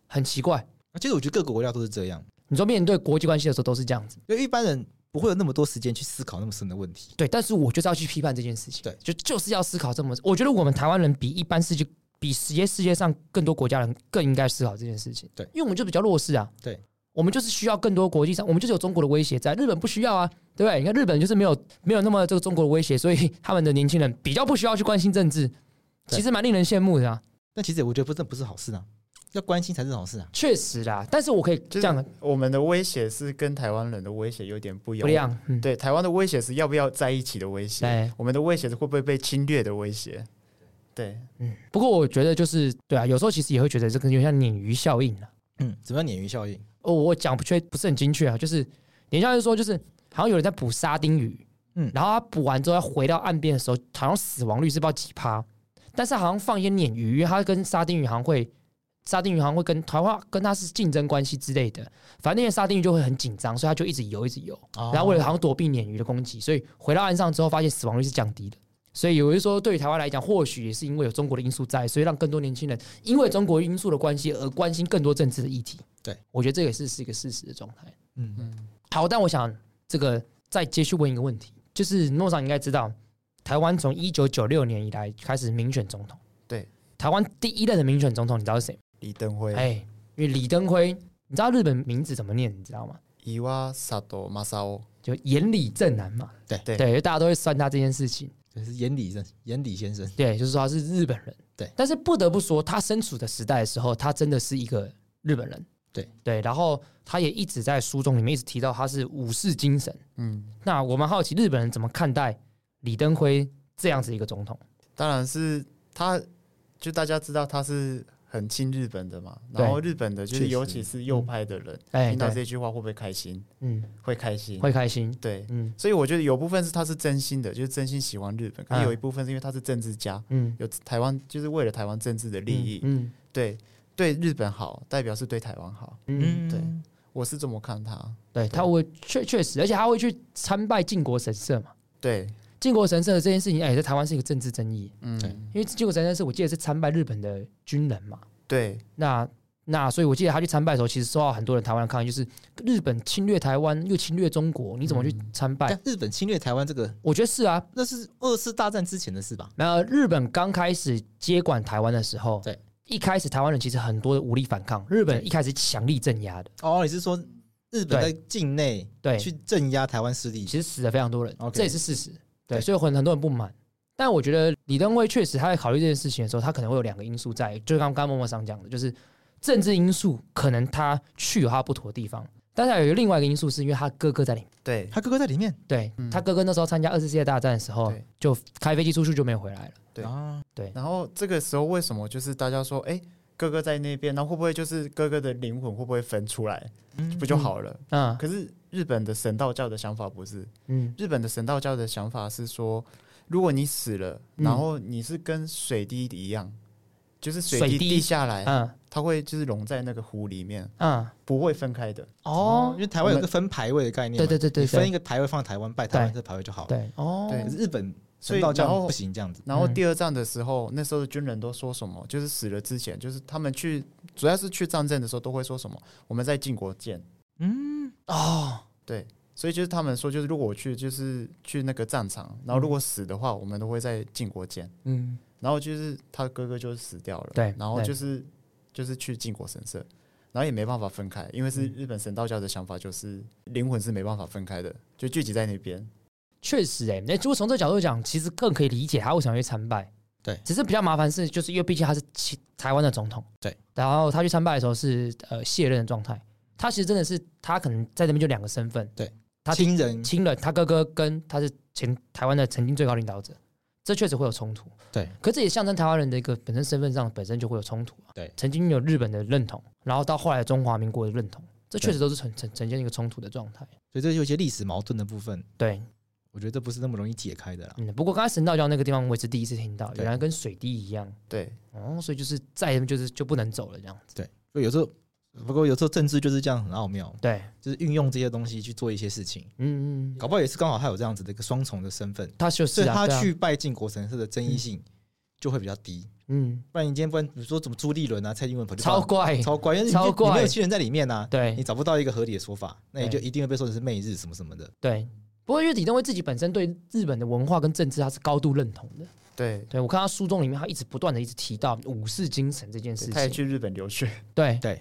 Speaker 2: 很奇怪。
Speaker 3: 其实我觉得各个国家都是这样，
Speaker 2: 你说面对国际关系的时候都是这样子，
Speaker 3: 因为一般人不会有那么多时间去思考那么深的问题。
Speaker 2: 对，但是我就是要去批判这件事情，
Speaker 3: 对
Speaker 2: 就就是要思考这么。我觉得我们台湾人比一般世界，比世界世界上更多国家人更应该思考这件事情，
Speaker 3: 对
Speaker 2: 因为我们就比较弱势啊，
Speaker 3: 对，
Speaker 2: 我们就是需要更多国际上，我们就是有中国的威胁在，日本不需要啊，对不对？你看日本就是没有没有那么这个中国的威胁，所以他们的年轻人比较不需要去关心政治，
Speaker 3: 对
Speaker 2: 其实蛮令人羡慕的啊，
Speaker 3: 但其实我觉得不是不是好事啊，要关心才是好事啊。
Speaker 2: 确实啦。但是我可以这
Speaker 4: 就
Speaker 2: 样
Speaker 4: 是我们的威胁是跟台湾人的威胁有点不一
Speaker 2: 不一样，嗯，
Speaker 4: 对，台湾的威胁是要不要在一起的威胁，
Speaker 2: 对，
Speaker 4: 我们的威胁是会不会被侵略的威胁。对，
Speaker 2: 嗯不过我觉得就是对啊，有时候其实也会觉得这个有点像鲶鱼效应啊。
Speaker 3: 嗯，怎么样鲶鱼效应？
Speaker 2: 哦，我讲不确不是很精确啊，就是等一下就说就是好像有人在捕沙丁鱼，
Speaker 3: 嗯
Speaker 2: 嗯，然后他捕完之后要回到岸边的时候，好像死亡率是不知道几趴，但是好像放烟鲶鱼，因为它跟沙丁鱼好像会。沙丁鱼好像会跟台湾跟它是竞争关系之类的，反正那些沙丁鱼就会很紧张，所以它就一直游一直游，
Speaker 3: 哦
Speaker 2: 然后为了好像躲避鲶鱼的攻击，所以回到岸上之后发现死亡率是降低的。所以有人说，对于台湾来讲，或许也是因为有中国的因素在，所以让更多年轻人因为中国因素的关系而关心更多政治的议题。
Speaker 3: 对，
Speaker 2: 我觉得这也是是一个事实的状态。
Speaker 3: 嗯，
Speaker 4: 嗯，
Speaker 2: 好，但我想这个再接续问一个问题，就是诺桑应该知道，台湾从一九九六年以来开始民选总统。
Speaker 4: 对，
Speaker 2: 台湾第一任的民选总统你知道是谁吗？
Speaker 4: 李登辉，
Speaker 2: 哎，因为李登辉，你知道日本名字怎么念，你知道吗？
Speaker 4: 伊瓦萨多马萨欧，
Speaker 2: 就眼里正男嘛。
Speaker 3: 对
Speaker 4: 对
Speaker 2: 对，大家都会算他这件事情。
Speaker 3: 这是眼里先眼里先生，
Speaker 2: 对，就是说他是日本人。
Speaker 3: 对
Speaker 2: 但是不得不说，他身处的时代的时候，他真的是一个日本人。
Speaker 3: 对
Speaker 2: 对，然后他也一直在书中里面一直提到他是武士精神。
Speaker 4: 嗯，
Speaker 2: 那我蛮好奇日本人怎么看待李登辉这样子一个总统？
Speaker 4: 当然是他，就大家知道他是很亲日本的嘛，
Speaker 2: 对
Speaker 4: 然后日本的就
Speaker 3: 确
Speaker 4: 是
Speaker 3: 实
Speaker 4: 尤其是右派的人，
Speaker 2: 哎、
Speaker 4: 听到
Speaker 2: 对，
Speaker 4: 这句话会不会开心？
Speaker 2: 嗯，
Speaker 4: 会开心，
Speaker 2: 会开心。
Speaker 4: 对。
Speaker 2: 嗯
Speaker 4: 所以我觉得有部分是他是真心的，就是真心喜欢日本；，可
Speaker 2: 嗯
Speaker 4: 是有一部分是因为他是政治家，
Speaker 2: 嗯，
Speaker 4: 有台湾就是为了台湾政治的利益，
Speaker 2: 嗯
Speaker 4: 对对日本好，代表是对台湾好。
Speaker 2: 嗯，
Speaker 4: 对我是这么看他，
Speaker 2: 对，他会确确实，而且他会去参拜靖国神社嘛。
Speaker 4: 对，
Speaker 2: 靖国神社这件事情，哎、在台湾是一个政治争议，
Speaker 3: 对
Speaker 4: 嗯，
Speaker 2: 因为靖国神社是我记得是参拜日本的军人嘛。
Speaker 4: 对，
Speaker 2: 那那所以，我记得他去参拜的时候，其实受到很多人台湾的抗议，就是日本侵略台湾又侵略中国，你怎么去参拜？
Speaker 3: 但日本侵略台湾这个，
Speaker 2: 我觉得是啊，
Speaker 3: 那是二次大战之前的事吧？
Speaker 2: 那日本刚开始接管台湾的时候，
Speaker 3: 对，
Speaker 2: 一开始台湾人其实很多的武力反抗，日本一开始强力镇压的，
Speaker 3: 哦，你是说日本在境内
Speaker 2: 对，
Speaker 3: 去
Speaker 2: 其
Speaker 3: 镇压台湾势力？
Speaker 2: 实死了非常多人
Speaker 3: OK
Speaker 2: 这也是事实，对，
Speaker 3: 对
Speaker 2: 所以很很多人不满。但我觉得李登辉确实他在考虑这件事情的时候，他可能会有两个因素在，就刚刚刚默默上讲的，就是政治因素，可能他去有他不妥的地方，但是还有另外一个因素是因为他哥哥在里面，
Speaker 4: 对，
Speaker 3: 他哥哥在里面
Speaker 2: 对、
Speaker 4: 嗯
Speaker 2: 他哥哥那时候参加二次世界大战的时候
Speaker 4: 对，
Speaker 2: 就开飞机出去就没有回来了。
Speaker 4: 对
Speaker 3: 啊，
Speaker 4: 然后这个时候为什么就是大家说，哎、哥哥在那边，然后会不会就是哥哥的灵魂会不会分出来，
Speaker 3: 嗯
Speaker 4: 不就好了？
Speaker 2: 嗯
Speaker 4: 可是日本的神道教的想法不是，
Speaker 2: 嗯
Speaker 4: 日本的神道教的想法是说，如果你死了，
Speaker 2: 嗯
Speaker 4: 然后你是跟水滴一样，就是水
Speaker 2: 水
Speaker 4: 滴
Speaker 2: 滴
Speaker 4: 滴下来，
Speaker 2: 嗯
Speaker 4: 它会就是融在那个湖里面，
Speaker 2: 嗯，
Speaker 4: 不会分开的。
Speaker 3: 哦，
Speaker 2: 哦
Speaker 3: 因，为台湾有个分排位的概念嘛，
Speaker 2: 对对对对
Speaker 3: 你分
Speaker 2: 对
Speaker 3: 一个排位放台湾拜台湾这排位就好了。
Speaker 2: 对哦，
Speaker 4: 对
Speaker 3: 可是日本
Speaker 4: 所以
Speaker 3: 神道
Speaker 4: 然
Speaker 3: 教
Speaker 4: 后
Speaker 3: 不行这样子，
Speaker 4: 然后
Speaker 2: 嗯
Speaker 4: 第二战的时候，那时候的军人都说什么？就是死了之前，就是他们去，主要是去战争的时候都会说什么？我们在晋国见。
Speaker 3: 嗯，
Speaker 2: 哦，
Speaker 4: 所以就是他们说，就是如果我去，就是去那个战场，然后如果死的话，我们都会在晋国见。
Speaker 2: 嗯
Speaker 4: 然后就是他哥哥就是死掉了，
Speaker 2: 对
Speaker 4: 然后
Speaker 2: 对
Speaker 4: 就是就是去晋国神社，然后也没办法分开，因为
Speaker 2: 嗯
Speaker 4: 是日本神道教的想法，就是灵魂是没办法分开的，就聚集在那边。
Speaker 2: 确实哎、欸，那如果从这个角度讲，其实更可以理解他为什么去参拜。
Speaker 3: 对
Speaker 2: 只是比较麻烦是，就是因为毕竟他是其台湾的总统，
Speaker 3: 对，
Speaker 2: 然后他去参拜的时候是呃卸任的状态，他其实真的是他可能在那边就两个身份，
Speaker 3: 对，
Speaker 2: 他亲
Speaker 3: 亲人
Speaker 2: 亲了他哥哥跟他是前台湾的曾经最高领导者，这确实会有冲突，
Speaker 3: 对
Speaker 2: 可这也象征台湾人的一个本身身份上本身就会有冲突啊，
Speaker 3: 对
Speaker 2: 曾经有日本的认同，然后到后来中华民国的认同，这确实都是呈呈呈现一个冲突的状态，
Speaker 3: 所以这有一些历史矛盾的部分，
Speaker 2: 对，
Speaker 3: 我觉得这不是那么容易解开的啦。
Speaker 2: 嗯，不过刚才神道教那个地方我也是第一次听到，
Speaker 3: 对
Speaker 2: 原来跟水滴一样，
Speaker 4: 对，
Speaker 2: 哦，所以就是再就是就不能走了这样子。
Speaker 3: 对，所以有时候，不过有时候政治就是这样很奥妙，
Speaker 2: 对，
Speaker 3: 就是运用这些东西去做一些事情，
Speaker 2: 嗯，嗯嗯
Speaker 3: 搞不好也是刚好他有这样子的一个双重的身份，
Speaker 2: 他就
Speaker 3: 所
Speaker 2: 是
Speaker 3: 以
Speaker 2: 啊，
Speaker 3: 他
Speaker 2: 对啊
Speaker 3: 去拜靖国神社的争议性就会比较低。
Speaker 2: 嗯，
Speaker 3: 不然你今天不然比如说怎么朱立伦啊、蔡英文跑去
Speaker 2: 超怪，
Speaker 3: 超怪，因为你
Speaker 2: 超
Speaker 3: 就你没
Speaker 2: 怪
Speaker 3: 有亲人在里面呐、你
Speaker 2: 对
Speaker 3: 找不到一个合理的说法，那你就
Speaker 2: 对
Speaker 3: 一定会被说成是媚日什么什么的。
Speaker 2: 对。不过因为李登辉自己本身对日本的文化跟政治他是高度认同的，
Speaker 4: 对，
Speaker 2: 对我看他书中里面他一直不断的一直提到武士精神这件事
Speaker 4: 他也
Speaker 2: 情，
Speaker 4: 去日本留学，
Speaker 2: 对
Speaker 3: 对，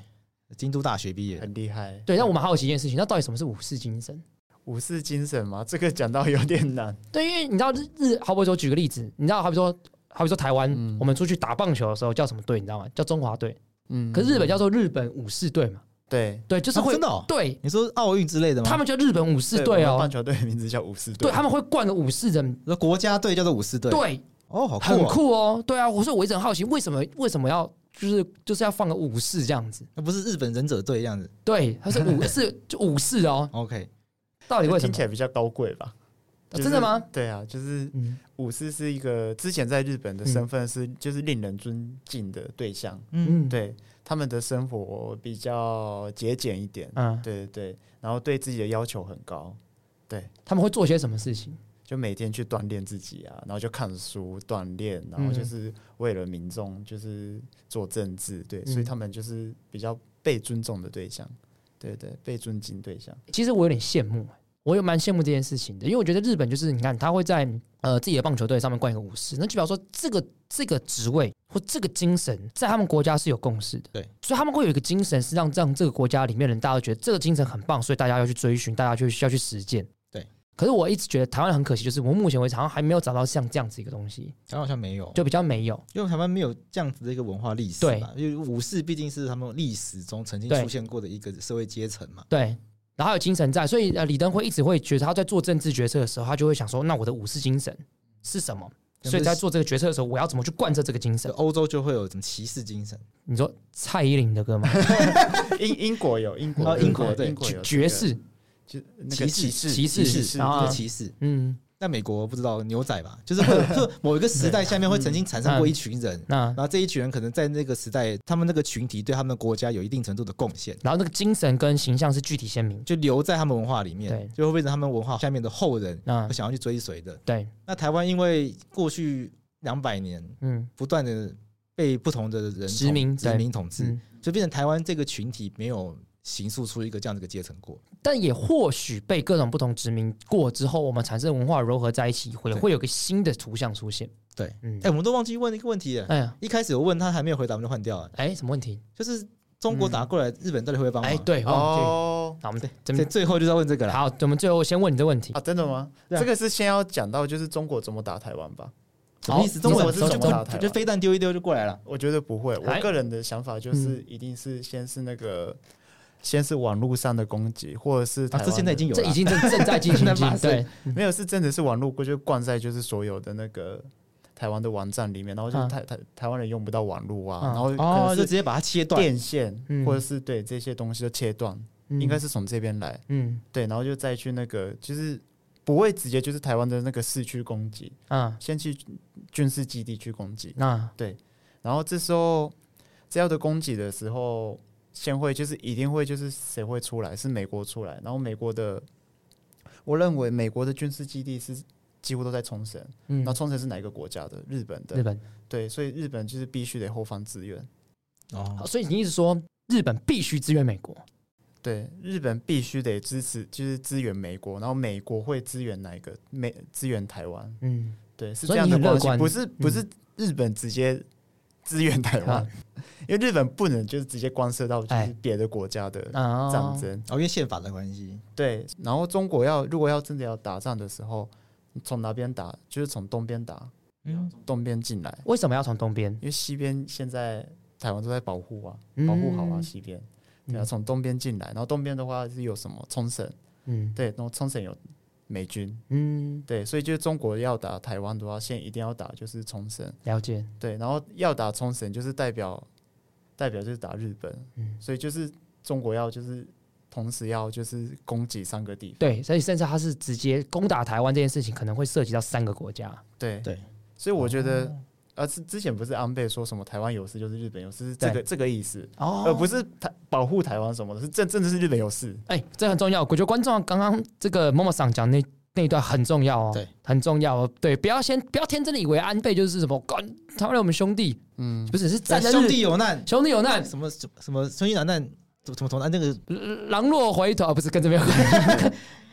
Speaker 3: 京都大学毕业的，
Speaker 4: 很厉害。
Speaker 2: 对。但我们好奇一件事情，那到底什么是武士精神？
Speaker 4: 武士精神嘛，这个讲到有点难。
Speaker 2: 对，因为你知道日日，好比说举个例子，你知道好比说好比说台湾，
Speaker 4: 嗯
Speaker 2: 我们出去打棒球的时候叫什么队，你知道吗？叫中华队，
Speaker 4: 嗯
Speaker 2: 可是日本叫做日本武士队嘛，
Speaker 4: 对，
Speaker 2: 对，就是
Speaker 3: 啊
Speaker 2: 会
Speaker 3: 真的哦
Speaker 2: 对，
Speaker 3: 你说奥运之类的吗？
Speaker 2: 他们叫日本武士
Speaker 4: 我
Speaker 2: 队
Speaker 4: 们
Speaker 2: 哦
Speaker 4: 棒，球队的名字叫武士队。
Speaker 2: 对，他们会冠个武士人，
Speaker 3: 说国家队叫做武士队，
Speaker 2: 对，
Speaker 3: 哦，好酷、哦，
Speaker 2: 很酷哦，对啊，我说我一直很好奇，为什么为什么要就是就是要放个武士这样子。
Speaker 3: 那不是日本忍者队这样子。
Speaker 2: 对，他是武是就武士哦，
Speaker 3: OK，
Speaker 2: 到底为什
Speaker 4: 听
Speaker 2: 么
Speaker 4: 起？来比较高贵吧？
Speaker 2: 啊真的吗？
Speaker 4: 对啊，就是
Speaker 2: 嗯，
Speaker 4: 武士是一个之前在日本的身份是就是令人尊敬的对象，
Speaker 2: 嗯，
Speaker 4: 对他们的生活比较节俭一点，
Speaker 2: 嗯，
Speaker 4: 对对对，然后对自己的要求很高，
Speaker 2: 他们会做些什么事情？
Speaker 4: 就每天去锻炼自己啊，然后就看书锻炼，然
Speaker 2: 嗯
Speaker 4: 后就是为了民众就是做政治，对，
Speaker 2: 嗯
Speaker 4: 所以他们就是比较被尊重的对象，对对，被尊敬对象，
Speaker 2: 其实我有点羡慕，我有蛮羡慕这件事情的，因为我觉得日本就是你看他会在呃自己的棒球队上面冠一个武士，那就表示说这个这个职位或这个精神在他们国家是有共识的，
Speaker 3: 对，
Speaker 2: 所以他们会有一个精神是让让这个国家里面的人大家都觉得这个精神很棒，所以大家要去追寻，大家就需要去实践，
Speaker 3: 对。
Speaker 2: 可是我一直觉得台湾很可惜，就是我目前为止好像还没有找到像这样子一个东西，
Speaker 3: 台湾好像没有，
Speaker 2: 就比较没有。
Speaker 3: 因为台湾没有这样子的一个文化历史
Speaker 2: 对
Speaker 3: 嘛，因为武士毕竟是他们历史中曾经
Speaker 2: 对
Speaker 3: 出现过的一个社会阶层嘛。
Speaker 2: 对，然后有精神在，所以呃，李登辉一直会觉得他在做政治决策的时候，他就会想说，那我的武士精神是什么？
Speaker 3: 跟
Speaker 2: 所以
Speaker 3: 这
Speaker 2: 在
Speaker 3: 是啊
Speaker 2: 做这个决策的时候，我要怎么去贯彻这个精
Speaker 3: 就
Speaker 2: 神？
Speaker 3: 欧洲就会有什么骑士精神，
Speaker 2: 你说蔡依林的歌吗？
Speaker 4: 英英国有英国
Speaker 3: 哦
Speaker 4: 有
Speaker 3: 英国对
Speaker 4: 英国有这个
Speaker 2: 爵士，
Speaker 4: 就那个
Speaker 3: 骑
Speaker 4: 骑
Speaker 3: 士
Speaker 4: 士
Speaker 2: 骑士
Speaker 4: 骑
Speaker 3: 是
Speaker 4: 士
Speaker 2: 然后
Speaker 3: 就
Speaker 2: 啊
Speaker 3: 骑士。
Speaker 2: 嗯，
Speaker 3: 在美国不知道牛仔吧，就是会有就某一个时代下面会曾经产
Speaker 2: 嗯
Speaker 3: 生过一群人，
Speaker 2: 那
Speaker 3: 然后这一群人可能在那个时代，他们那个群体对他们的国家有一定程度的贡献，
Speaker 2: 然后那个精神跟形象是具体鲜明。
Speaker 3: 就留在他们文化里
Speaker 2: 对嗯
Speaker 3: 面，就会变成他们文化下面的后人
Speaker 2: 那
Speaker 3: 想要去追随的。
Speaker 2: 对，
Speaker 3: 那台湾因为过去两百年
Speaker 2: 嗯
Speaker 3: 不断的被不同的人统
Speaker 2: 殖民
Speaker 3: 殖民统治，
Speaker 2: 嗯，
Speaker 3: 就变成台湾这个群体没有形塑出一个这样的一个阶层过。
Speaker 2: 但也或许被各种不同殖民过之后，我们产生文化柔合在一起，会
Speaker 3: 对
Speaker 2: 会有个新的图像出现。
Speaker 3: 对，
Speaker 2: 嗯
Speaker 3: 哎、，我们都忘记问一个问题了。
Speaker 2: 哎呀，
Speaker 3: 一开始我问他还没有回答，我们就换掉了。
Speaker 2: 哎，什么问题？
Speaker 3: 就是中国打过来，日本到底会不会帮
Speaker 2: 嗯
Speaker 3: 忙？
Speaker 2: 哎，对，哦，
Speaker 4: 哦
Speaker 2: 好，我们这
Speaker 3: 所以
Speaker 2: 边
Speaker 3: 最后就是要问这个了。
Speaker 2: 好，我们最后先问你这个问题。
Speaker 4: 啊，真的吗？
Speaker 3: 对啊
Speaker 4: 这个是先要讲到就是中国怎么打台湾吧？
Speaker 3: 什么意思？
Speaker 2: 好
Speaker 3: 中国
Speaker 4: 你怎么
Speaker 3: 就
Speaker 4: 知道台
Speaker 3: 就
Speaker 4: 湾
Speaker 3: 就飞弹丢一丢就过来了。
Speaker 4: 我觉得不会，
Speaker 2: 哎
Speaker 4: 我个人的想法
Speaker 3: 嗯
Speaker 4: 就是一定是先是那个。先是网络上的攻击，或者是台
Speaker 3: 啊，
Speaker 4: 湾
Speaker 3: 这
Speaker 4: 的、
Speaker 3: 现在已经有
Speaker 2: 这
Speaker 3: 了
Speaker 2: 已。经正正在进行
Speaker 3: 正在
Speaker 2: 中，
Speaker 3: 发生
Speaker 2: 对，
Speaker 4: 没有是真的是网络，就是灌在就是所有的那个台湾的网站里面，然后就
Speaker 2: 嗯
Speaker 4: 是台、台台湾人用不到网络啊，
Speaker 2: 嗯
Speaker 4: 然后可
Speaker 3: 啊哦，
Speaker 4: 能
Speaker 3: 就是直接把它切断。嗯
Speaker 4: 电线、
Speaker 2: 嗯
Speaker 4: 或者是对这些东西都切断，应该是从这边来，
Speaker 2: 嗯
Speaker 4: 对，然后就再去那个就是不会直接就是台湾的那个市区攻击，
Speaker 2: 啊，
Speaker 4: 先去军事基地去攻击，
Speaker 2: 那
Speaker 4: 然后这时候这样的攻击的时候，先会就是一定会就是谁会出来？是美国出来，然后美国的，我认为美国的军事基地是几乎都在冲绳，
Speaker 2: 嗯
Speaker 4: 那，冲绳是哪一个国家的？日本
Speaker 2: 日
Speaker 4: 的，
Speaker 2: 本，
Speaker 4: 对，所以日本就是必须得后方支援，
Speaker 2: 好
Speaker 3: 哦，
Speaker 2: 所以你一直说日本必须支援美国，
Speaker 4: 对，日本必须得支持，就是支援美国，然后美国会支援哪一个？美支援台湾，
Speaker 2: 嗯，
Speaker 4: 对，是
Speaker 2: 所
Speaker 4: 这
Speaker 2: 以
Speaker 4: 样
Speaker 2: 你
Speaker 4: 的
Speaker 2: 很乐
Speaker 4: 关系
Speaker 2: 观，嗯
Speaker 4: 不是不是日本直接支援台湾，
Speaker 2: 啊
Speaker 4: 因为日本不能就是直接干涉到就
Speaker 2: 哎
Speaker 4: 是别的国家的
Speaker 2: 啊
Speaker 4: 战争。
Speaker 3: 哦，因为宪法的关系，
Speaker 4: 对，然后中国要如果要真的要打仗的时候，从哪边打？就是从东边打，
Speaker 3: 嗯，
Speaker 4: 东边进来，
Speaker 2: 为什么要从东边？
Speaker 4: 因为西边现在台湾都在保护啊，
Speaker 2: 嗯
Speaker 4: 保护好啊西边。对啊，
Speaker 2: 嗯
Speaker 4: 从东边进来，然后东边的话是有什么冲绳，
Speaker 2: 嗯
Speaker 4: 对，然后冲绳有美军，
Speaker 2: 嗯，
Speaker 4: 对，所以就是中国要打台湾的话，现在一定要打就是冲绳，
Speaker 2: 了解，
Speaker 4: 对，然后要打冲绳就是代表代表就是打日本，
Speaker 2: 嗯
Speaker 4: 所以就是中国要就是同时要就是攻击三个地方，
Speaker 2: 对，所以甚至他是直接攻打台湾这件事情，可能会涉及到三个国家，
Speaker 4: 对
Speaker 3: 对，
Speaker 4: 所以我觉得、
Speaker 2: 哦
Speaker 4: 呃之之前不是安倍说什么台湾有事就是日本有事，是这个这个意思，
Speaker 2: 哦
Speaker 4: 而不是台保护台湾什么的，是真真的是日本有事，
Speaker 2: 哎，这很重要。我觉得观众刚刚这个默默上讲那那一段很重要哦，
Speaker 3: 对，
Speaker 2: 很重要哦。对，不要先不要天真的以为安倍就是什么，干他们我们兄弟，
Speaker 4: 嗯，
Speaker 2: 不是是站在日
Speaker 3: 兄弟有难，
Speaker 2: 兄弟有难，
Speaker 3: 什么什么什么兄弟有难，怎么怎么怎么那个
Speaker 2: 狼若回头，啊不是跟这边有关。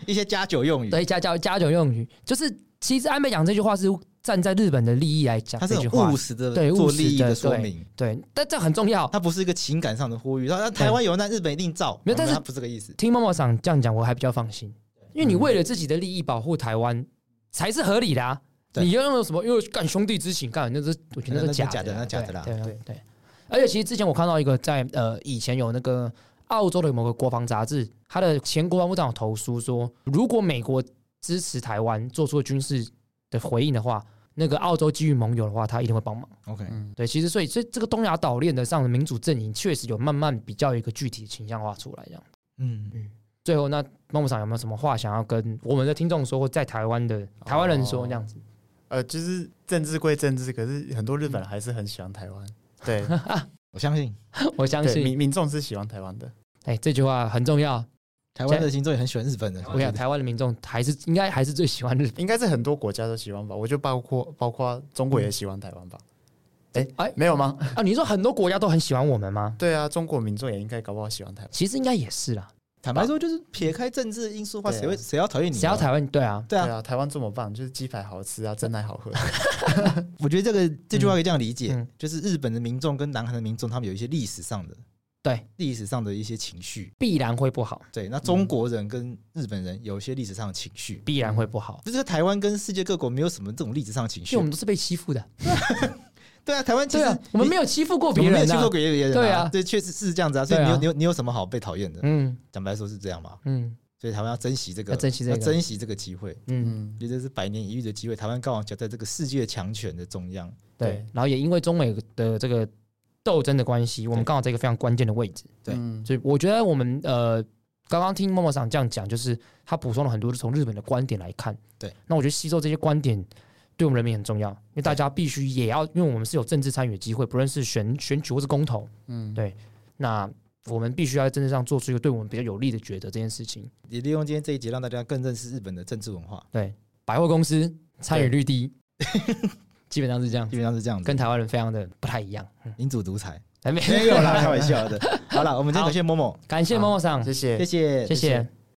Speaker 3: 一些家酒用语，
Speaker 2: 对，加加加酒用语，就是其实安倍讲这句话是站在日本的利益来讲
Speaker 3: 它是
Speaker 2: 这句
Speaker 3: 很
Speaker 2: 话
Speaker 3: 务，实的
Speaker 2: 对务
Speaker 3: 做
Speaker 2: 实
Speaker 3: 利益
Speaker 2: 的
Speaker 3: 的说
Speaker 2: 对
Speaker 3: 明，
Speaker 2: 对，但这很重要。
Speaker 3: 它不是一个情感上的呼吁。然后台湾有难，日本一定照，
Speaker 2: 没有但是
Speaker 3: 它不是这个意思。
Speaker 2: 听默默桑这样讲，我还比较放心，因为你为了自己的利益保护台湾才是合理的啊。
Speaker 3: 对
Speaker 2: 你要用什么？因为干兄弟之情，干那是我觉得是
Speaker 3: 那是
Speaker 2: 假
Speaker 3: 假的
Speaker 2: 啊
Speaker 3: 那假的啦
Speaker 2: 对对对。而且其实之前我看到一个在呃以前有那个澳洲的某个国防杂志，他的前国防部长有投书说，如果美国支持台湾做出军事的回应的话，那个澳洲基于盟友的话，他一定会帮忙。
Speaker 3: OK，
Speaker 4: 嗯，
Speaker 2: 对，其实所以所以这个东亚岛链的上的民主阵营确实有慢慢比较有一个具体的倾向化出来，这样。
Speaker 3: 嗯，
Speaker 2: 最后，那孟部长有没有什么话想要跟我们的听众说，或在台湾的台湾人说
Speaker 4: 哦
Speaker 2: 这样子？
Speaker 4: 呃，就是政治归政治，可是很多日本人还是很喜欢台湾。对，
Speaker 3: 我相信
Speaker 2: 我相
Speaker 4: 对，
Speaker 2: 信，
Speaker 4: 民民众是喜欢台湾的。
Speaker 2: 哎、这句话很重要。
Speaker 3: 台湾的听众也很喜欢日本人。
Speaker 2: 我想啊台湾的民众还是应该还是最喜欢日本。
Speaker 4: 应该是很多国家都喜欢吧，我就包括包括中国也喜欢台湾吧？
Speaker 2: 哎
Speaker 4: 没有吗？
Speaker 2: (laughs) 啊，你说很多国家都很喜欢我们吗？
Speaker 4: 对啊，中国民众也应该搞不好喜欢台湾。
Speaker 2: 其实应该也是啦，
Speaker 3: 坦白说，就是撇开政治因素的话，
Speaker 4: 对啊
Speaker 3: 谁会谁要讨厌你？
Speaker 2: 谁要？台湾？对啊，
Speaker 3: 对
Speaker 4: 对
Speaker 3: 啊，
Speaker 4: 啊，台湾这么棒，就是鸡排好吃啊，真奶好喝。
Speaker 3: 我觉得这个这句话可以这样理解，
Speaker 2: 嗯
Speaker 3: 就是日本的民众跟南韩的民众，他们有一些历史上的
Speaker 2: 对嗯
Speaker 3: 历史上的一些情绪。
Speaker 2: 必然会不好，
Speaker 3: 对，那中国人跟日本人有一些历史上的情绪，
Speaker 2: 必然会不好，
Speaker 3: 就是台湾跟世界各国没有什么这种历史上的情
Speaker 2: 因
Speaker 3: 绪
Speaker 2: 为我。们都是被欺负的。
Speaker 3: 对啊，台湾其
Speaker 2: 对
Speaker 3: 实
Speaker 2: 啊，我们
Speaker 3: 你
Speaker 2: 没有欺负过
Speaker 3: 我
Speaker 2: 别
Speaker 3: 们没有
Speaker 2: 人
Speaker 3: 去
Speaker 2: 啊
Speaker 3: 过。别人啊，
Speaker 2: 对啊
Speaker 3: 对，确实是这样子啊。所以
Speaker 2: 对啊
Speaker 3: 你有你有你有什么好被讨厌的？
Speaker 2: 嗯
Speaker 3: 坦白说是这样嘛。
Speaker 2: 嗯
Speaker 3: 所以台湾要珍惜这个，
Speaker 2: 要珍惜这个
Speaker 3: 要珍惜这个机会。
Speaker 2: 嗯，
Speaker 4: 嗯，
Speaker 3: 觉得是百年一遇的机会，台湾刚好夹在这个世界强权的中央。
Speaker 2: 对
Speaker 4: 对。
Speaker 2: 然后也因为中美的这个斗争的关系，我们刚好在一个非常关键的位置。
Speaker 3: 对
Speaker 4: 嗯
Speaker 2: 所以我觉得我们呃，刚刚听默默长这样讲，就是他补充了很多是从日本的观点来看。
Speaker 3: 对，
Speaker 2: 那我觉得吸收这些观点对我们人民很重要，因为大家必须也要，因为我们是有政治参与的机会，不论是选选举或是公投，
Speaker 4: 嗯，
Speaker 2: 对那我们必须要在政治上做出一个对我们比较有利的抉择。这件事情，
Speaker 3: 也利用今天这一集，让大家更认识日本的政治文化，
Speaker 2: 百货公司参与率
Speaker 3: (laughs)
Speaker 2: 低，基本上是这样
Speaker 3: 基，本上是这样子。
Speaker 2: 跟台湾人非常的不太一样。
Speaker 3: 民主独裁
Speaker 2: 没
Speaker 3: 没有啦，开玩笑的。好了，我们今天
Speaker 2: 好
Speaker 3: 感谢某某，
Speaker 2: 感谢默默长
Speaker 4: 嗯谢，谢
Speaker 3: 谢谢，
Speaker 2: 谢谢。